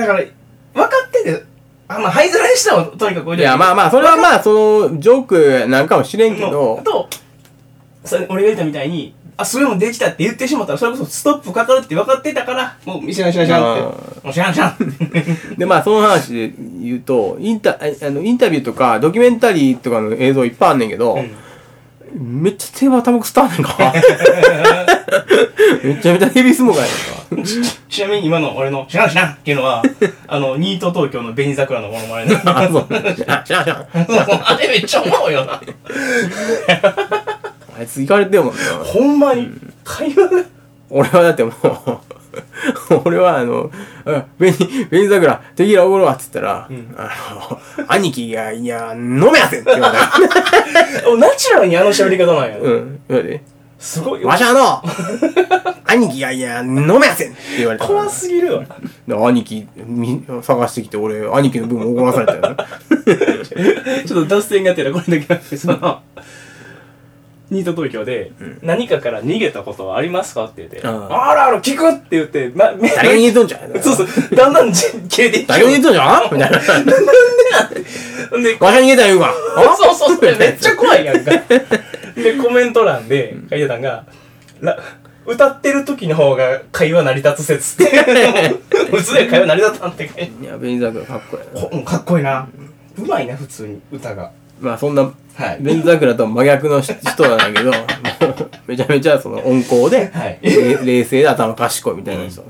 [SPEAKER 2] だから、分かってて、あ、まあ、灰皿にしたのとにかく
[SPEAKER 1] いや、まあまあ、それはまあ、その、ジョークなんかもしれんけ
[SPEAKER 2] の
[SPEAKER 1] ど、
[SPEAKER 2] と、それ俺が言ったみたいに、あ、それもできたって言ってしまったら、それこそストップかかるって分かってたから、もう、知らん知らん知らんって。もう知らん知らん。
[SPEAKER 1] で、まあ、その話で言うと、インタ、あの、インタビューとか、ドキュメンタリーとかの映像いっぱいあんねんけど、めっちゃ手はタバコ吸ったんねんか。 めちゃめちゃヘビースモーカーやねんか。
[SPEAKER 2] ちなみに今の俺の、知らん知らんっていう のは、あの、ニート東京の紅桜のものまねな。
[SPEAKER 1] あ、そう。あ、知らん知らん。
[SPEAKER 2] あれめっちゃ思うよな。
[SPEAKER 1] あいつ行かれてるもんな。
[SPEAKER 2] ほんまに、会話が。
[SPEAKER 1] 俺はだってもう、俺はあの、あ紅、紅桜、テキーラおごるわって言ったら、あの、兄貴が、いや、飲めやせんって言われた。
[SPEAKER 2] おナチュラルにあの喋り方なんや。
[SPEAKER 1] うん。言われて。
[SPEAKER 2] すごいよ
[SPEAKER 1] わ。しゃの兄貴がいや、飲めやせんって言われたから
[SPEAKER 2] 怖すぎるわ。
[SPEAKER 1] で兄貴み探してきて、俺、兄貴の分も怒らされたよな。
[SPEAKER 2] ちょっと脱線がてらこれだけなんで そのニート東京で何かから逃げたことはありますかって言って、
[SPEAKER 1] うん
[SPEAKER 2] あらあら聞くって言って、ま、め
[SPEAKER 1] 誰に言うとんじゃ ん。
[SPEAKER 2] そうそう、だんだんじ消えていっちゃ
[SPEAKER 1] 誰
[SPEAKER 2] う
[SPEAKER 1] に言うとんじゃんみたい な。
[SPEAKER 2] で、
[SPEAKER 1] わしゃに言うたら言う か。あ
[SPEAKER 2] そうそうそう、めっちゃ怖いや んか。で、コメント欄で書いてたんが、ら歌ってる時の方が会話成り立つ説って。 普通で会話成り立ったんって書いて
[SPEAKER 1] いや、紅桜かっこいいな。
[SPEAKER 2] こうんかっこいいな。うまいな、普通に歌が。
[SPEAKER 1] まあそんな、
[SPEAKER 2] はい
[SPEAKER 1] 紅桜とは真逆の人なんだけ ど、もうめちゃめちゃその温厚で、
[SPEAKER 2] はい
[SPEAKER 1] れ冷静で頭賢いみたいな人。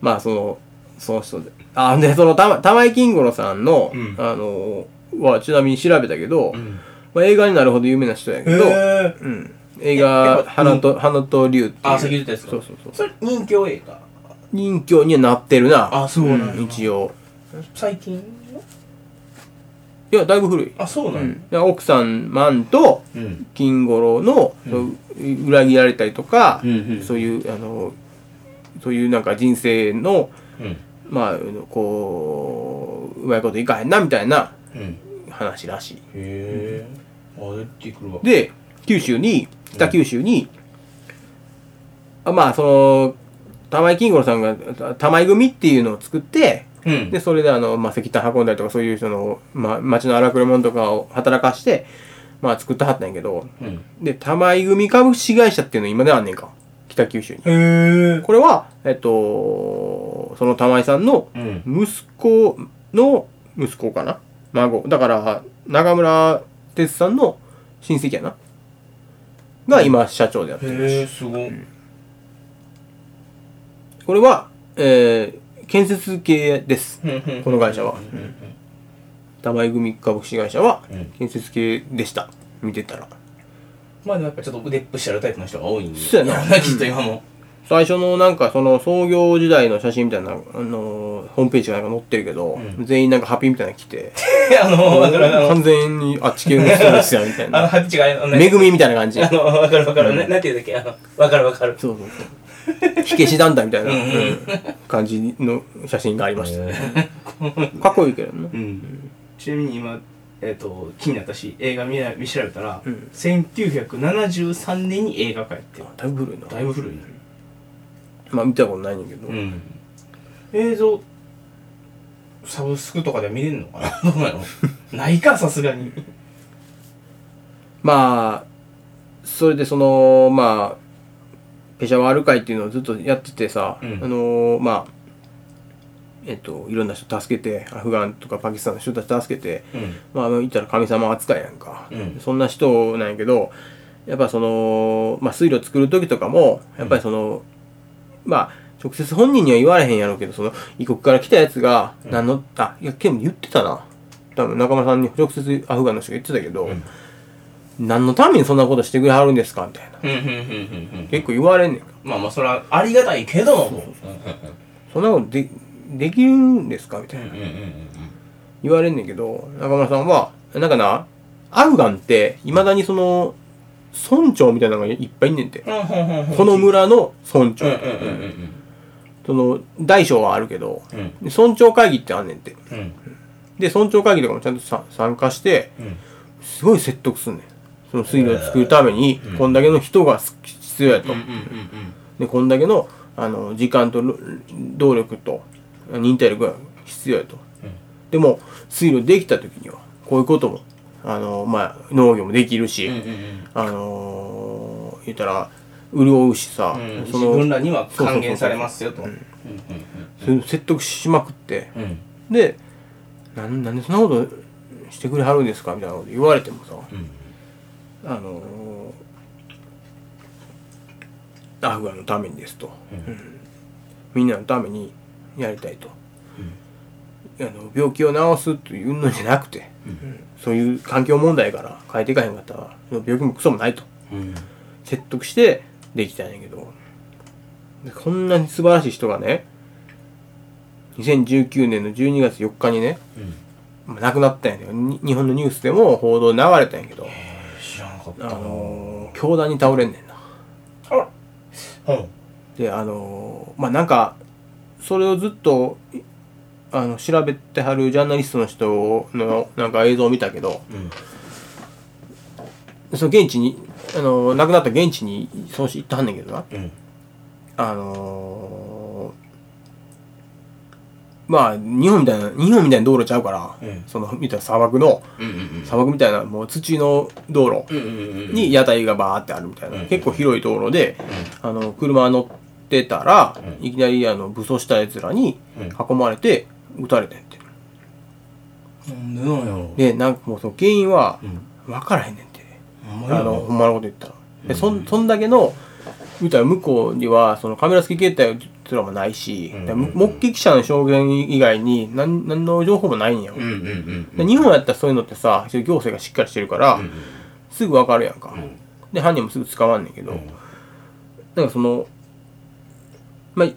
[SPEAKER 1] まあその、その人で。あ、で、その玉玉井金五郎さんの、
[SPEAKER 2] うん
[SPEAKER 1] あの、はちなみに調べたけど、
[SPEAKER 2] ん
[SPEAKER 1] まあ、映画になるほど有名な人やけど、
[SPEAKER 2] えー
[SPEAKER 1] うん、映画「
[SPEAKER 2] え
[SPEAKER 1] 花と花と竜」っていう
[SPEAKER 4] あ先言ったやつか
[SPEAKER 1] そうそうそう
[SPEAKER 2] それ、人気映画。
[SPEAKER 1] 任侠にはなってるな
[SPEAKER 2] あそうなんや
[SPEAKER 1] ん一応
[SPEAKER 2] 最近の
[SPEAKER 1] いやだいぶ古い、
[SPEAKER 2] あ、そうな
[SPEAKER 1] うん
[SPEAKER 2] や
[SPEAKER 1] ん、で奥さんマンと
[SPEAKER 4] うん
[SPEAKER 1] 金五郎の、そう裏切られたりとか、
[SPEAKER 4] うんうん
[SPEAKER 1] そういうあのそういうなんか人生の
[SPEAKER 4] うん
[SPEAKER 1] まああのこううまいこといかへんなみたいな
[SPEAKER 4] うん
[SPEAKER 1] 話らしい
[SPEAKER 4] へえあ出てくるわ
[SPEAKER 1] で九州に北九州に、あまあその玉井金五郎さんがた玉井組っていうのを作って
[SPEAKER 4] うん
[SPEAKER 1] でそれであの、まあ、石炭運んだりとかそういうその、まあ、町の荒くれ者とかを働かして、まあ、作ってはったんやけど
[SPEAKER 4] うん
[SPEAKER 1] で玉井組株式会社っていうの今であんねんか北九州に
[SPEAKER 2] へえ。
[SPEAKER 1] これはえっとその玉井さんの
[SPEAKER 4] うん
[SPEAKER 1] 息子の息子かな孫だから中村哲さんの親戚やなが今社長でやってる
[SPEAKER 4] へえすごい
[SPEAKER 1] これは、えー建設系ですこの会社は玉井組株式会社は
[SPEAKER 4] うん
[SPEAKER 1] 建設系でした見てたら
[SPEAKER 2] まあでもやっぱちょっと腕っぷしあるタイプの人
[SPEAKER 4] 人が多いんで
[SPEAKER 1] そうやな
[SPEAKER 2] が、きっと今も。
[SPEAKER 1] 最初のなんかその創業時代の写真みたいなあのーホームページがなんか載ってるけど、全員なんかハッピーみたいなの着て
[SPEAKER 2] あの、わかるあの、
[SPEAKER 1] 完全にあっち系の人ですよみたい
[SPEAKER 2] あの、
[SPEAKER 1] な
[SPEAKER 2] ハッチが、あの ね、
[SPEAKER 1] 恵みみたいな感じ
[SPEAKER 2] あの、わかるわかる。ななんて言うんだっけあの、わかるわかる。
[SPEAKER 1] そうそうそう。火消し団体みたいなうん感じの写真がありました。かっこいいけどね。
[SPEAKER 2] うん。ちなみに今、えっと、気になったし、映画見な見調べたら
[SPEAKER 1] うん、
[SPEAKER 2] 1973年に映画化やってる。
[SPEAKER 1] だいぶ古いな。
[SPEAKER 2] だいぶ古いね。
[SPEAKER 1] まあ見たことないねんだけど、
[SPEAKER 2] うん
[SPEAKER 3] 映像サブスクとかで見れるのかなどうなのないかさすがに
[SPEAKER 1] まあそれでそのまあペシャワール会っていうのをずっとやっててさ、
[SPEAKER 2] うん
[SPEAKER 1] あのーまあえっといろんな人助けてアフガンとかパキスタンの人たち助けて、
[SPEAKER 2] うん
[SPEAKER 1] まあ、あの言ったら神様扱いやんか、
[SPEAKER 2] うん
[SPEAKER 1] そんな人なんやけどやっぱその、まあ、水路作る時とかもやっぱりその、まあ直接本人には言われへんやろうけどその異国から来たやつが何の、あいやでも言ってたな多分中村さんに直接アフガンの人が言ってたけど、
[SPEAKER 2] ん
[SPEAKER 1] 何のためにそんなことしてくれはるんですかみたいな
[SPEAKER 2] うんうんうんうん
[SPEAKER 1] 結構言われんねん
[SPEAKER 3] まあまあそれはありがたいけども
[SPEAKER 1] そんなことでできるんですかみたいな
[SPEAKER 2] うんうんうん
[SPEAKER 1] 言われんねんけど中村さんはなんかなアフガンっていまだにその村長みたいなのがいっぱいいんねんてこの村の村長
[SPEAKER 2] うんうんうんうん
[SPEAKER 1] その大小はあるけど
[SPEAKER 2] うん
[SPEAKER 1] で村長会議ってあんねんて
[SPEAKER 2] うん
[SPEAKER 1] で村長会議とかもちゃんとさ参加して
[SPEAKER 2] うん
[SPEAKER 1] すごい説得すんねんその水路を作るためにこんだけの人が必要やと
[SPEAKER 2] うんうんうん
[SPEAKER 1] でこんだけのあの時間とろ動力と忍耐力が必要やと、でも水路できた時にはこういうこともあの、まあ、農業もできるし、
[SPEAKER 2] うんうんうん
[SPEAKER 1] あのー言ったら潤うしさ、
[SPEAKER 2] うん
[SPEAKER 1] そ
[SPEAKER 3] 自分
[SPEAKER 1] の
[SPEAKER 3] らには還元されますよと
[SPEAKER 1] そう説得しまくって
[SPEAKER 2] うんうん
[SPEAKER 1] でなんなんでそんなことしてくれはるんですかみたいなこと言われてもさ、
[SPEAKER 2] ん
[SPEAKER 1] あのーアフガンのためにですと、うんみんなのためにやりたいと、あの病気を治すというのじゃなくて、うんそういう環境問題から変えていかへんかったらその病気もクソもないと
[SPEAKER 2] うん
[SPEAKER 1] 説得してできたんやけどでこんなに素晴らしい人がね2019年の12月4日にね、まあ亡くなったんやけどに日本のニュースでも報道流れたんやけど、
[SPEAKER 2] 知らなかった
[SPEAKER 1] あ
[SPEAKER 2] な
[SPEAKER 1] のー、教団に倒れんねんな
[SPEAKER 3] あらうん
[SPEAKER 1] であのーまあなんかそれをずっといあの調べてはるジャーナリストの人のなんか映像を見たけど
[SPEAKER 2] うん
[SPEAKER 1] その現地に、あのー亡くなった現地にその人行ってはんねんけどな
[SPEAKER 2] うん
[SPEAKER 1] あのーまあ日本みたいな日本みたいな道路ちゃうから、
[SPEAKER 2] うん
[SPEAKER 1] その見たら砂漠の
[SPEAKER 2] うんうん
[SPEAKER 1] 砂漠みたいなもう土の道路、
[SPEAKER 2] うんうんうんうん
[SPEAKER 1] に屋台がバーってあるみたいな、
[SPEAKER 2] うん
[SPEAKER 1] 結構広い道路で、あの車乗ってたら、いきなりあの武装したやつらに
[SPEAKER 2] うん
[SPEAKER 1] 囲まれて撃たれてんて、
[SPEAKER 2] なんでなんやろ
[SPEAKER 1] でなんかもうその原因は
[SPEAKER 2] うん
[SPEAKER 1] 分からへんねんて、
[SPEAKER 2] ほんま
[SPEAKER 1] あ
[SPEAKER 2] やな
[SPEAKER 1] のほんまのこと言ったら、でそんそんだけの言うたら向こうにはそのカメラ付き携帯すらもないし、
[SPEAKER 2] うん
[SPEAKER 1] で目目撃者の証言以外に何何の情報もないんや、
[SPEAKER 2] うんうんうん
[SPEAKER 1] で日本やったらそういうのってさ一応行政がしっかりしてるから、
[SPEAKER 2] うん
[SPEAKER 1] すぐ分かるやんか、
[SPEAKER 2] ん
[SPEAKER 1] で犯人もすぐ捕まんねんけど、なんかその、まあ、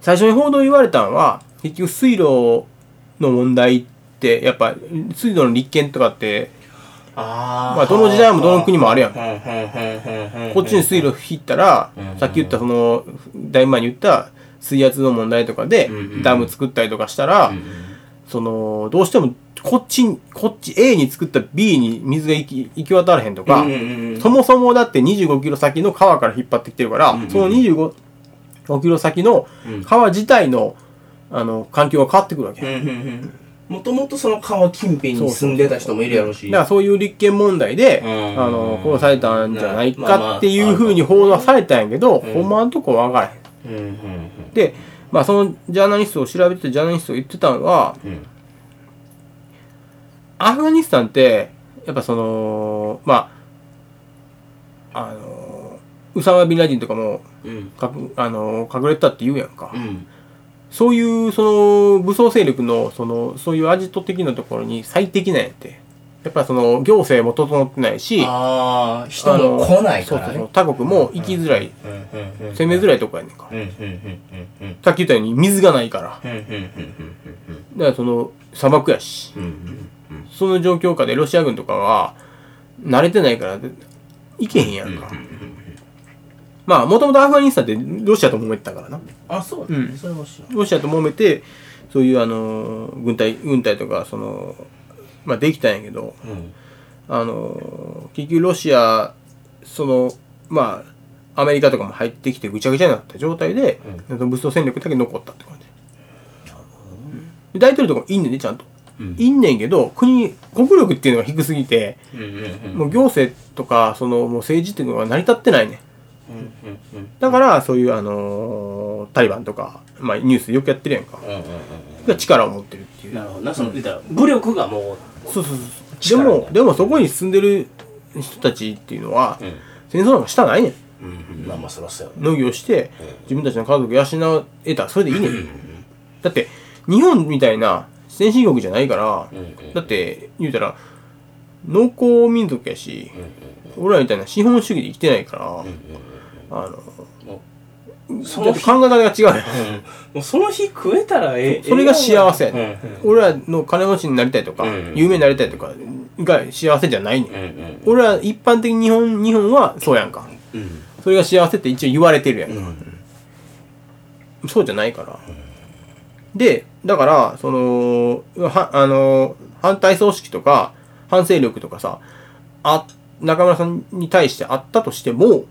[SPEAKER 1] 最初に報道言われたのは、結局水路の問題って、やっぱ、水路の立憲とかって、
[SPEAKER 2] あー
[SPEAKER 1] まあ、どの時代もどの国もあるやん
[SPEAKER 2] うんうんうんうん
[SPEAKER 1] こっちに水路引いたら、さっき言ったその、だいぶ前に言った水圧の問題とかで
[SPEAKER 2] うんうん、
[SPEAKER 1] ダム作ったりとかしたら
[SPEAKER 2] うん、
[SPEAKER 1] その、どうしても、こっちに、こっち A に作った B に水が行き行き渡らへんとか
[SPEAKER 2] うんう、んうん
[SPEAKER 1] そもそもだって25キロ先の川から引っ張ってきてるから、その25キロ先の川自体の、あの、環境が変わってくるわけ。
[SPEAKER 2] うんうんうん
[SPEAKER 3] もともとその川近辺に住んでた人もいるやろうし
[SPEAKER 1] だからそういう立憲問題で、
[SPEAKER 2] うん
[SPEAKER 1] あの、殺されたんじゃない
[SPEAKER 2] まあま
[SPEAKER 1] か
[SPEAKER 2] あ
[SPEAKER 1] っていうふうに報道はされたんやけど、ほんまのとこわからへん。
[SPEAKER 2] うんうんうん
[SPEAKER 1] で、まあそのジャーナリストを調べてたジャーナリストが言ってたのは、
[SPEAKER 2] うん
[SPEAKER 1] アフガニスタンって、やっぱその、まあ、あの、ウサマ・ビンラディンとかも、
[SPEAKER 2] うん
[SPEAKER 1] かくあの隠れてたって言うやんか、
[SPEAKER 2] うん
[SPEAKER 1] そういうその武装勢力のそのそういうアジト的なところに最適なんやってやっぱその行政も整ってないし
[SPEAKER 2] ああ人
[SPEAKER 1] あの
[SPEAKER 3] も来ないからね
[SPEAKER 1] そうそうそう他国も行きづらい、
[SPEAKER 2] うんうんうん
[SPEAKER 1] 攻めづらいとこやねんか、
[SPEAKER 2] うんうんうんうんうん
[SPEAKER 1] さっき言ったように水がないからだか
[SPEAKER 2] うんうんうん
[SPEAKER 1] らその砂漠やし
[SPEAKER 2] うんうんうん
[SPEAKER 1] その状況下でロシア軍とかは慣れてないから行けへんやんか、まあもともとアフガニスタンってロシアと揉めてたからな
[SPEAKER 3] あそう
[SPEAKER 1] うん
[SPEAKER 3] それは知らん
[SPEAKER 1] ロシアと揉めてそういうあのー軍隊軍隊とかその、まあ、できたんやけど
[SPEAKER 2] うん
[SPEAKER 1] あのー結局ロシアそのまあアメリカとかも入ってきてぐちゃぐちゃになった状態で、武装戦力だけ残ったって感じ。で大統領とかもいんねんね、ちゃんと。
[SPEAKER 2] うん
[SPEAKER 1] いんねんけど、国、国力っていうのが低すぎて、
[SPEAKER 2] うんうん
[SPEAKER 1] もう行政とか、その、もう政治っていうのが成り立ってないねん。
[SPEAKER 2] うんうんうん
[SPEAKER 1] だから、そういう、あのータリバンとか、まあ、ニュースよくやってるやんか。
[SPEAKER 2] うんうんうん
[SPEAKER 1] が力を持ってるっていう。
[SPEAKER 2] なるほどなその言ったら武力がも
[SPEAKER 1] そうそうそう。で
[SPEAKER 2] 力
[SPEAKER 1] も、でもそこに住んでる人たちっていうのは、
[SPEAKER 2] う、うん
[SPEAKER 1] 戦争なんかしたないねん。
[SPEAKER 2] うん、まあまあそらそうや
[SPEAKER 1] 農業して
[SPEAKER 2] うん
[SPEAKER 1] 自分たちの家族養えたらそれでいいねんだって日本みたいな先進国じゃないから
[SPEAKER 2] うんうん
[SPEAKER 1] だって言うたら農耕民族やし
[SPEAKER 2] うん
[SPEAKER 1] 俺らみたいな資本主義で生きてないか
[SPEAKER 2] うんうん
[SPEAKER 1] らあの
[SPEAKER 2] うん
[SPEAKER 1] ち
[SPEAKER 2] そ
[SPEAKER 1] ょ
[SPEAKER 2] の
[SPEAKER 1] っと
[SPEAKER 2] 日、
[SPEAKER 1] 考え方が違うよ
[SPEAKER 2] うん、もうその日食えたらええ
[SPEAKER 1] それが幸せや
[SPEAKER 2] うんうん
[SPEAKER 1] ね俺らの金持ちになりたいとか
[SPEAKER 2] うん
[SPEAKER 1] 有名になりたいとかが幸せじゃないねん
[SPEAKER 2] うんうん
[SPEAKER 1] 俺ら一般的に日本日本はそうやんか
[SPEAKER 2] うん
[SPEAKER 1] それが幸せって一応言われてるやん
[SPEAKER 2] うん
[SPEAKER 1] そうじゃないから。で、だから、その、は、あの、反対組織とか、反勢力とかさ、あ、中村さんに対してあったとしても、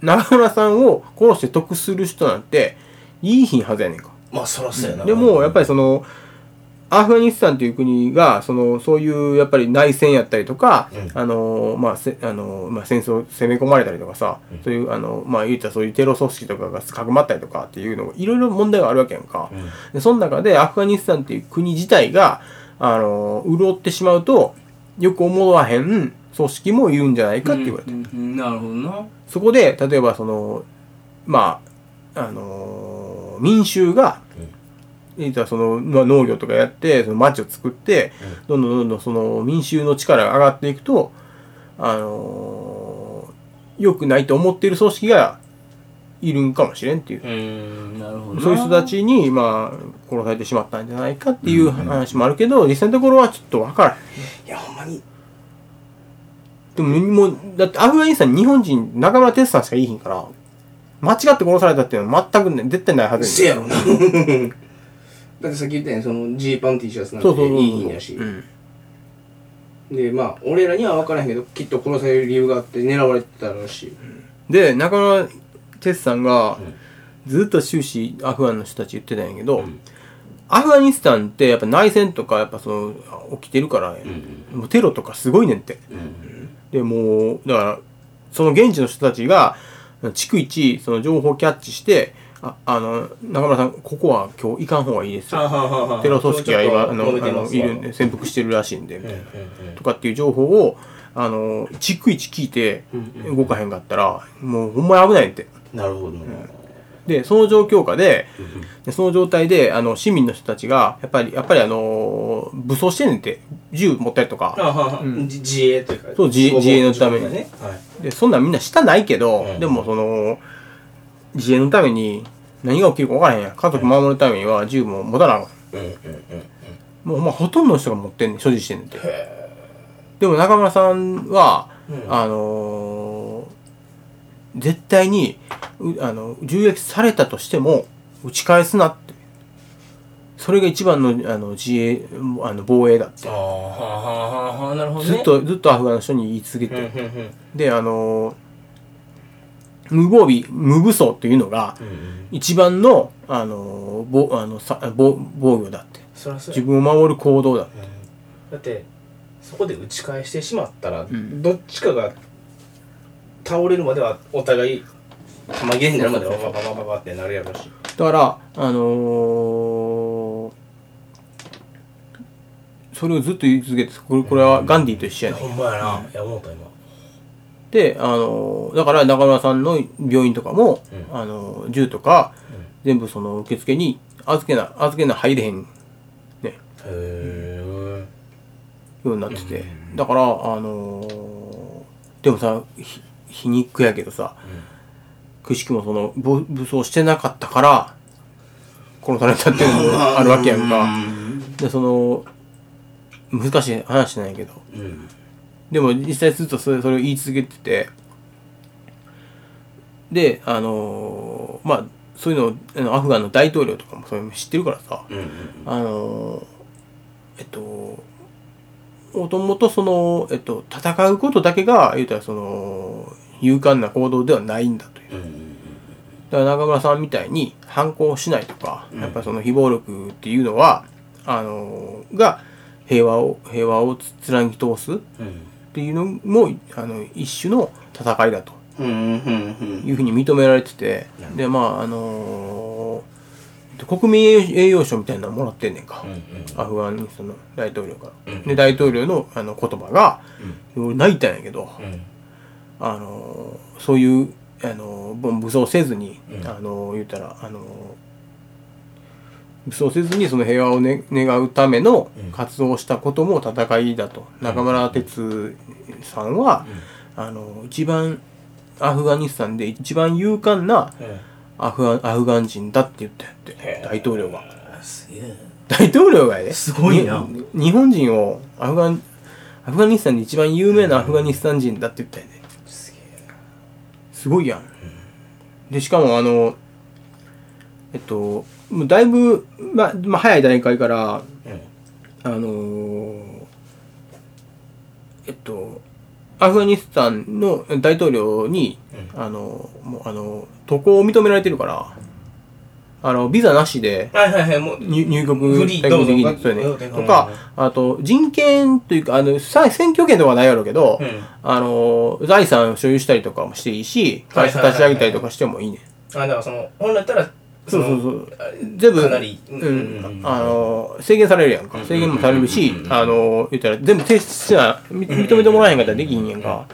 [SPEAKER 1] 中村さんを殺して得する人なんて、いいひんはずやねんか。
[SPEAKER 2] まあそらそうやな
[SPEAKER 1] でも、やっぱりその、アフガニスタンという国が、その、そういう、やっぱり内戦やったりとか、
[SPEAKER 2] うん
[SPEAKER 1] あの、まあ、せあの、まあ、戦争攻め込まれたりとかさ、
[SPEAKER 2] うん
[SPEAKER 1] そういう、あの、まあ、言ったらそういうテロ組織とかがかくまったりとかっていうの、いろいろ問題があるわけやんか。
[SPEAKER 2] うん
[SPEAKER 1] で、その中で、アフガニスタンっていう国自体が、あの、潤ってしまうと、よく思わへん組織もいるんじゃないかって言われてる
[SPEAKER 2] うんうんなるほどな
[SPEAKER 1] そこで、例えばその、まあ、あのー民衆が、えっとその、まあ、農業とかやって、その町を作って、どんどんどんどんその民衆の力が上がっていくと、あのー良くないと思っている組織がいるんかもしれんっていう。
[SPEAKER 2] うんなるほどな
[SPEAKER 1] そういう人たちに、まあ、殺されてしまったんじゃないかっていう
[SPEAKER 2] うんうん
[SPEAKER 1] 話もあるけど、実際のところはちょっとわからん。
[SPEAKER 2] いやほんまに
[SPEAKER 1] でも、もう、だってアフガニスタンに日本人、中村哲さんしかいいひんから、間違って殺されたっていうのは全くね、絶対ないはず
[SPEAKER 3] せ
[SPEAKER 1] や
[SPEAKER 3] やろ なだってさっき言ったやんそのジーパン T シャツなんて
[SPEAKER 1] そうそうそうそう。
[SPEAKER 3] いいんやし
[SPEAKER 1] うん。
[SPEAKER 3] でまあ俺らには分からへんけどきっと殺される理由があって狙われてたらしい
[SPEAKER 1] で、中村哲さんが
[SPEAKER 2] ん、
[SPEAKER 1] ずっと終始アフガンの人たち言ってたんやけど、
[SPEAKER 2] ん
[SPEAKER 1] アフガニスタンってやっぱ内戦とかやっぱそのあ起きてるから、
[SPEAKER 2] ん
[SPEAKER 1] もうテロとかすごいねんって。
[SPEAKER 2] うん
[SPEAKER 1] でもうだからその現地の人たちが逐一その情報をキャッチしてああの中村さんここは今日行かん方がいいですよテロ組織が今あのあのいるんで潜伏してるらしいんでみたいな、とかっていう情報をあの逐一聞いて動かへんかったらもうほんまに危ないって
[SPEAKER 2] なるほどな
[SPEAKER 1] でその状況下ででその状態であの市民の人たちがやっぱりやっぱりあの武装してんねんって銃持ったりとか
[SPEAKER 3] あはは
[SPEAKER 1] うん
[SPEAKER 3] じ自衛というか
[SPEAKER 1] そう自
[SPEAKER 3] 消防
[SPEAKER 1] 自衛のために
[SPEAKER 3] ねはい
[SPEAKER 1] でそんなんみんなしたないけど、
[SPEAKER 2] うん
[SPEAKER 1] でもその自衛のために何が起きるか分からへんやん家族守るためには銃も持たなあかん
[SPEAKER 2] うんうんうん
[SPEAKER 1] もうまあほとんどの人が持ってんねん所持してんねんてでも中村さんは、
[SPEAKER 3] うん
[SPEAKER 1] あのー絶対にうあの銃撃されたとしても撃ち返すなってそれが一番のあの自衛あの防衛だって
[SPEAKER 2] あーはあはあはあなるほど
[SPEAKER 1] ず
[SPEAKER 2] ね
[SPEAKER 1] っとずっとアフガンの人に言い続けて
[SPEAKER 2] うんうんうん
[SPEAKER 1] であのー無防備無武装っていうのが
[SPEAKER 2] うんうん
[SPEAKER 1] 一番のあのーぼあのさぼ防御だって
[SPEAKER 3] そりゃそう
[SPEAKER 1] 自
[SPEAKER 3] や
[SPEAKER 1] 分を守る行動だ
[SPEAKER 3] だってそこで打ち返してしまったら
[SPEAKER 1] ん
[SPEAKER 3] どっちかが倒れるまではお互い玉切れになるまではババババババってなるやろし
[SPEAKER 1] だからあのーそれをずっと言い続けてこれこれはガンディーと一緒やね
[SPEAKER 2] ほんまやないや思った今
[SPEAKER 1] で、あのーだから中村さんの病院とかも、
[SPEAKER 2] うん
[SPEAKER 1] あのー銃とか、全部その受付に預けな預けな入れへん
[SPEAKER 2] へえ
[SPEAKER 1] ようになってて、だからあのーでもさひ皮肉やけどさ、くしくもその武武装してなかったから殺されたっていうの もあるわけやんか、でその難しい話なんやけど
[SPEAKER 2] うん
[SPEAKER 1] でも実際ずっとそれそれを言い続けててであのーまあそういうのあのアフガンの大統領とかもそういうの知ってるからさ、
[SPEAKER 2] うん
[SPEAKER 1] あのーえっともともとその、えっと、戦うことだけが言うたらその勇敢な行動ではないんだという。
[SPEAKER 2] うんうん
[SPEAKER 1] だから中村さんみたいに反抗しないとか、やっぱりその非暴力っていうのは、あのーが平和を、平和を貫き通すっ
[SPEAKER 2] うん
[SPEAKER 1] ていうのも、あの、一種の戦いだと
[SPEAKER 2] うんうんうん
[SPEAKER 1] いうふうに認められてて、で、まあ、あのー国民栄養賞みたいなのもらってんねんか。アフガニスタンの大統領から。
[SPEAKER 2] うん
[SPEAKER 1] で、大統領のあの言葉が、俺泣いたんやけど、あのーそういう、あのーもう武装せずに、
[SPEAKER 2] うん
[SPEAKER 1] あのー言ったら、あのー武装せずにその平和を、ね、願うための
[SPEAKER 2] うん
[SPEAKER 1] 活動をしたことも戦いだと、中村哲さんは、あのー一番アフガニスタンで一番勇敢なアフガンアフガン人だって言ったんやって大統領が。
[SPEAKER 2] すげえ
[SPEAKER 1] 大統領がね
[SPEAKER 2] すごいな
[SPEAKER 1] に日本人をアフガンアフガニスタンで一番有名なアフガニスタン人だって言ったよね
[SPEAKER 2] すげ
[SPEAKER 1] すごいやん、でしかもあのえっともうだいぶ、まあまあ、早い段階から
[SPEAKER 2] え
[SPEAKER 1] あのーえっとアフガニスタンの大統領に、あのもうあの渡航を認められてるからあのビザなしで
[SPEAKER 3] はいはいはい、もう、
[SPEAKER 1] 入入
[SPEAKER 3] フ
[SPEAKER 1] 国
[SPEAKER 3] リー
[SPEAKER 1] 対抗的
[SPEAKER 3] どう
[SPEAKER 1] に
[SPEAKER 3] ぞ
[SPEAKER 1] そうや
[SPEAKER 3] どう
[SPEAKER 1] ね
[SPEAKER 3] ぞ
[SPEAKER 1] とか、あと人権というかあのさ選挙権とかはないやろうけど、
[SPEAKER 3] うん
[SPEAKER 1] あの財産を所有したりとかもしていいし
[SPEAKER 3] はいはい
[SPEAKER 1] 会社
[SPEAKER 3] はいはい
[SPEAKER 1] 立ち上げたりとかしてもいいね、
[SPEAKER 3] あ、だからその、本来だったら、
[SPEAKER 1] そうそう
[SPEAKER 3] う。
[SPEAKER 1] そう全部
[SPEAKER 3] かなり
[SPEAKER 1] う
[SPEAKER 3] うんん
[SPEAKER 1] あの制限されるやんか制限もされるし、あの言ったら全部提出しなみ認めてもらえへんかったらできひんやんか、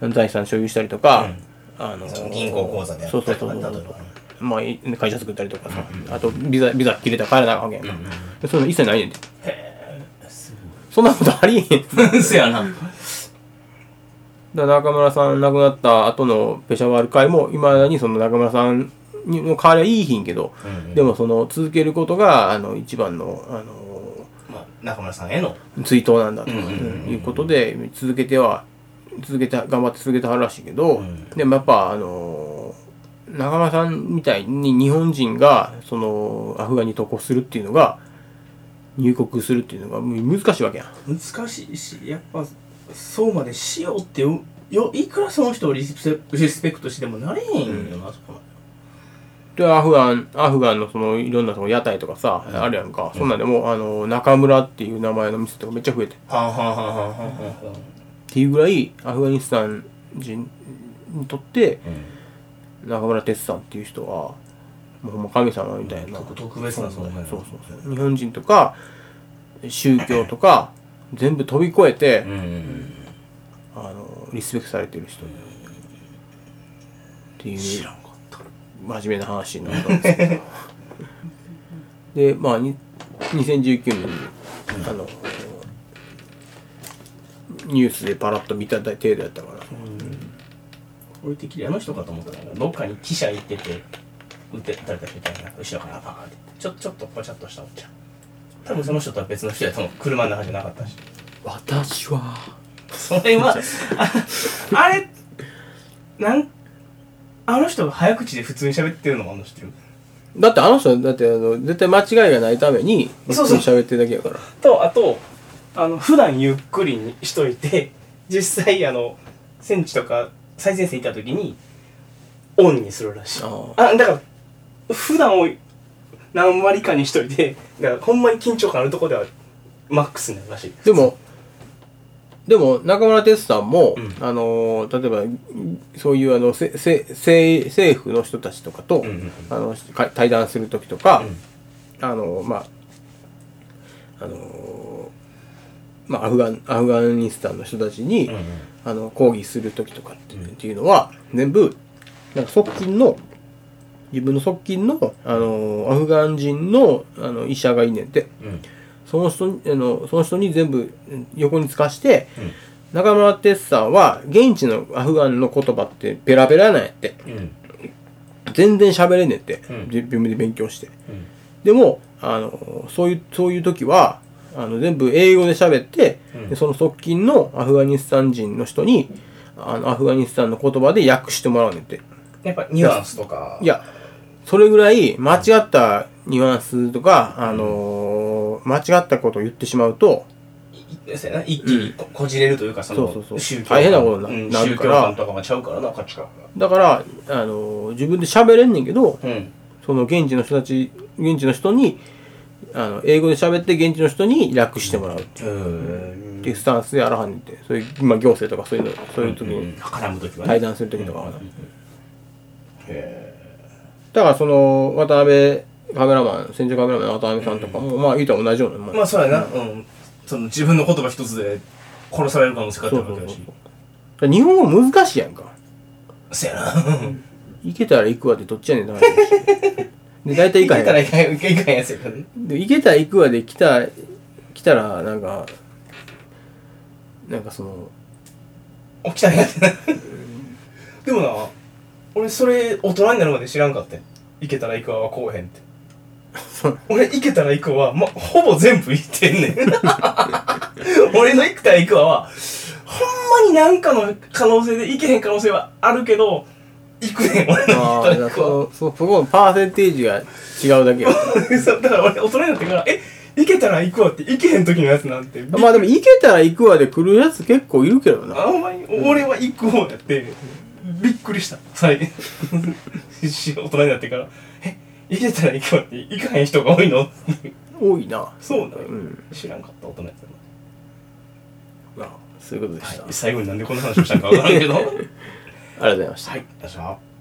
[SPEAKER 1] 財産所有したりとか、あの
[SPEAKER 2] 銀行口座であった
[SPEAKER 1] そう
[SPEAKER 2] り
[SPEAKER 1] そう
[SPEAKER 2] とか
[SPEAKER 1] そうそ
[SPEAKER 2] など
[SPEAKER 1] う
[SPEAKER 2] とか
[SPEAKER 1] まあ、会社作ったりとかさ、あとビザビザ切れたら帰らなあかんわけやんか、でそういうの一切ないねんて
[SPEAKER 2] えす
[SPEAKER 1] そんなことありえへん
[SPEAKER 2] ごいせやな
[SPEAKER 1] だから中村さん亡くなった後のペシャワール会もいまだにその中村さんにの代わりはいいひんけど、でもその続けることがあの一番の、あの
[SPEAKER 2] まあ中村さんへの
[SPEAKER 1] 追悼なんだと、
[SPEAKER 2] うんうんうんうん
[SPEAKER 1] いうことで続けては続けて頑張って続けてはるらしいけど、
[SPEAKER 2] うん
[SPEAKER 1] でもやっぱあの中村さんみたいに日本人がそのアフガンに渡航するっていうのが入国するっていうのがもう難しいわけやん。
[SPEAKER 3] 難しいし、やっぱ、そうまでしようってよ、よいくらその人をリスペリスペクトしてもなれへんよな、そこまで
[SPEAKER 1] でアフガンアフガンのそのいろんなその屋台とかさ、あるやんか、そんなんでもあの中村っていう名前の店とかめっちゃ増えてっ
[SPEAKER 2] はあはあはあはあはあはあ
[SPEAKER 1] ていうぐらいアフガニスタン人にとって
[SPEAKER 2] う
[SPEAKER 1] 中村哲さんっていう人はもうほんま神様みたいな、
[SPEAKER 2] ん特別な存在
[SPEAKER 1] そうそうそう日本人とか宗教とか全部飛び越えて、
[SPEAKER 2] うんうん
[SPEAKER 1] あのリスペクトされてる人っていう
[SPEAKER 2] 知らんかった
[SPEAKER 1] 真面目な話になったんですけど でまあに2019年にあのニュースでパラッと見た程度やったから
[SPEAKER 3] 俺的にあの人かと思ったらどっかに記者行ってて撃ってたれたみたいな後ろからパーンってちょちょっとパチャッとしたおっちゃん多分その人とは別の人やと思う車の中じゃなかったし
[SPEAKER 1] 私は
[SPEAKER 3] それはああれなんあの人が早口で普通に喋ってるのもあの知ってる
[SPEAKER 1] だってあの人だってあの絶対間違いがないために普
[SPEAKER 3] そう
[SPEAKER 1] 通
[SPEAKER 3] そう
[SPEAKER 1] に喋ってるだけやから
[SPEAKER 3] とあとあの普段ゆっくりにしといて 実際あの戦地とか最前線行った時にオンにするらしい
[SPEAKER 1] あ
[SPEAKER 3] あだから普段を何割かにしといてだからほんまに緊張感あるとこではマックスになるらしい
[SPEAKER 1] でもでも中村哲さんも、
[SPEAKER 2] うん
[SPEAKER 1] あの例えばそういうあのせせせ政府の人たちとかと、
[SPEAKER 2] うんうん
[SPEAKER 1] あのか対談する時とか、
[SPEAKER 2] うん
[SPEAKER 1] あのまああのまあアフガンアフガニスタンの人たちに、
[SPEAKER 2] うんうん
[SPEAKER 1] あの抗議する時とかって,、っていうのは全部なんか側近の自分の側近のあのアフガン人のあの医者がいんねんて。
[SPEAKER 2] うん
[SPEAKER 1] その人にあのその人に全部うん横につかして、
[SPEAKER 2] うん
[SPEAKER 1] 中村哲さんは現地のアフガンの言葉ってペラペラなんやって
[SPEAKER 2] うん
[SPEAKER 1] 全然喋れねえって、
[SPEAKER 2] うん
[SPEAKER 1] 自分で勉強して
[SPEAKER 2] うん
[SPEAKER 1] でもあのそういうそういう時はあの全部英語で喋って、
[SPEAKER 2] うん
[SPEAKER 1] でその側近のアフガニスタン人の人にあのアフガニスタンの言葉で訳してもらうねんって
[SPEAKER 3] やっぱニュアンスとか
[SPEAKER 1] いやそれぐらい間違ったニュアンスとか、あの間違ったことを言ってしまうと
[SPEAKER 3] い
[SPEAKER 2] そうやな一気にこ,、じれるというかその
[SPEAKER 1] そうそうそう
[SPEAKER 2] 宗教
[SPEAKER 1] 大変なことにな
[SPEAKER 2] うん
[SPEAKER 1] なる
[SPEAKER 2] 宗
[SPEAKER 1] から
[SPEAKER 2] 教観とかもちゃうからな価値観
[SPEAKER 1] だから、あの自分で喋れんねんけど、
[SPEAKER 2] がうん
[SPEAKER 1] その現地の人たち、現地の人に、あの、英語で喋って現地の人に略してもらうっ
[SPEAKER 2] うん
[SPEAKER 1] ていうスタンスでやらはんねんって。そういう、まあ行政とかそういうの、そういう時に
[SPEAKER 2] 絡む時はね
[SPEAKER 1] 対談する時とかはな。
[SPEAKER 2] へ
[SPEAKER 1] だからその、渡辺カメラマン、戦場カメラマンの渡辺さんとかも、まあ言うたら同じようなもん。
[SPEAKER 2] ーまあそうやなうんその自分の言葉一つで殺される可能性があったわけだし
[SPEAKER 1] だから日本語難しいやんか。
[SPEAKER 2] そうやな
[SPEAKER 1] 行けたら行くわってどっちやねんって話だしで、大体
[SPEAKER 2] い
[SPEAKER 1] 行か
[SPEAKER 2] けたら
[SPEAKER 1] へん。
[SPEAKER 2] いかんいかんいかんやつやからね
[SPEAKER 1] で行けたら行くわで来た、来たら、なんか、なんかその、
[SPEAKER 2] 起きたらやつやな でもな俺それ大人になるまで知らんかったよいけたら行くわはこうへ んって
[SPEAKER 1] そう
[SPEAKER 2] 俺行けたら行くわは、ま、ほぼ全部行ってんね ん俺の行けたら行くわはほんまになんかの可能性で行けへん可能性はあるけど行くねん俺の行
[SPEAKER 1] あ
[SPEAKER 2] け
[SPEAKER 1] あ、
[SPEAKER 2] たら行
[SPEAKER 1] そ
[SPEAKER 2] くわ
[SPEAKER 1] の、その、そこのパーセンテージが違うだけや。
[SPEAKER 2] そうだから俺大人になってからえ行けたら行くわって行けへん時のやつなんて
[SPEAKER 1] まあでも、行けたら行くわで来るやつ結構いるけどな。
[SPEAKER 2] あんまり俺は行く方やってびっくりした最近 大人になってからえ行けたら行くわって行かへん人が多いの
[SPEAKER 1] 多いな。
[SPEAKER 2] そうなの、
[SPEAKER 1] うん
[SPEAKER 2] 知らんかった大人やったな
[SPEAKER 1] まあ、そういうことでした。あり
[SPEAKER 2] 最後になんでこんな話をしたんかわからんけどはい
[SPEAKER 1] がとうございました。
[SPEAKER 2] ありがとうございました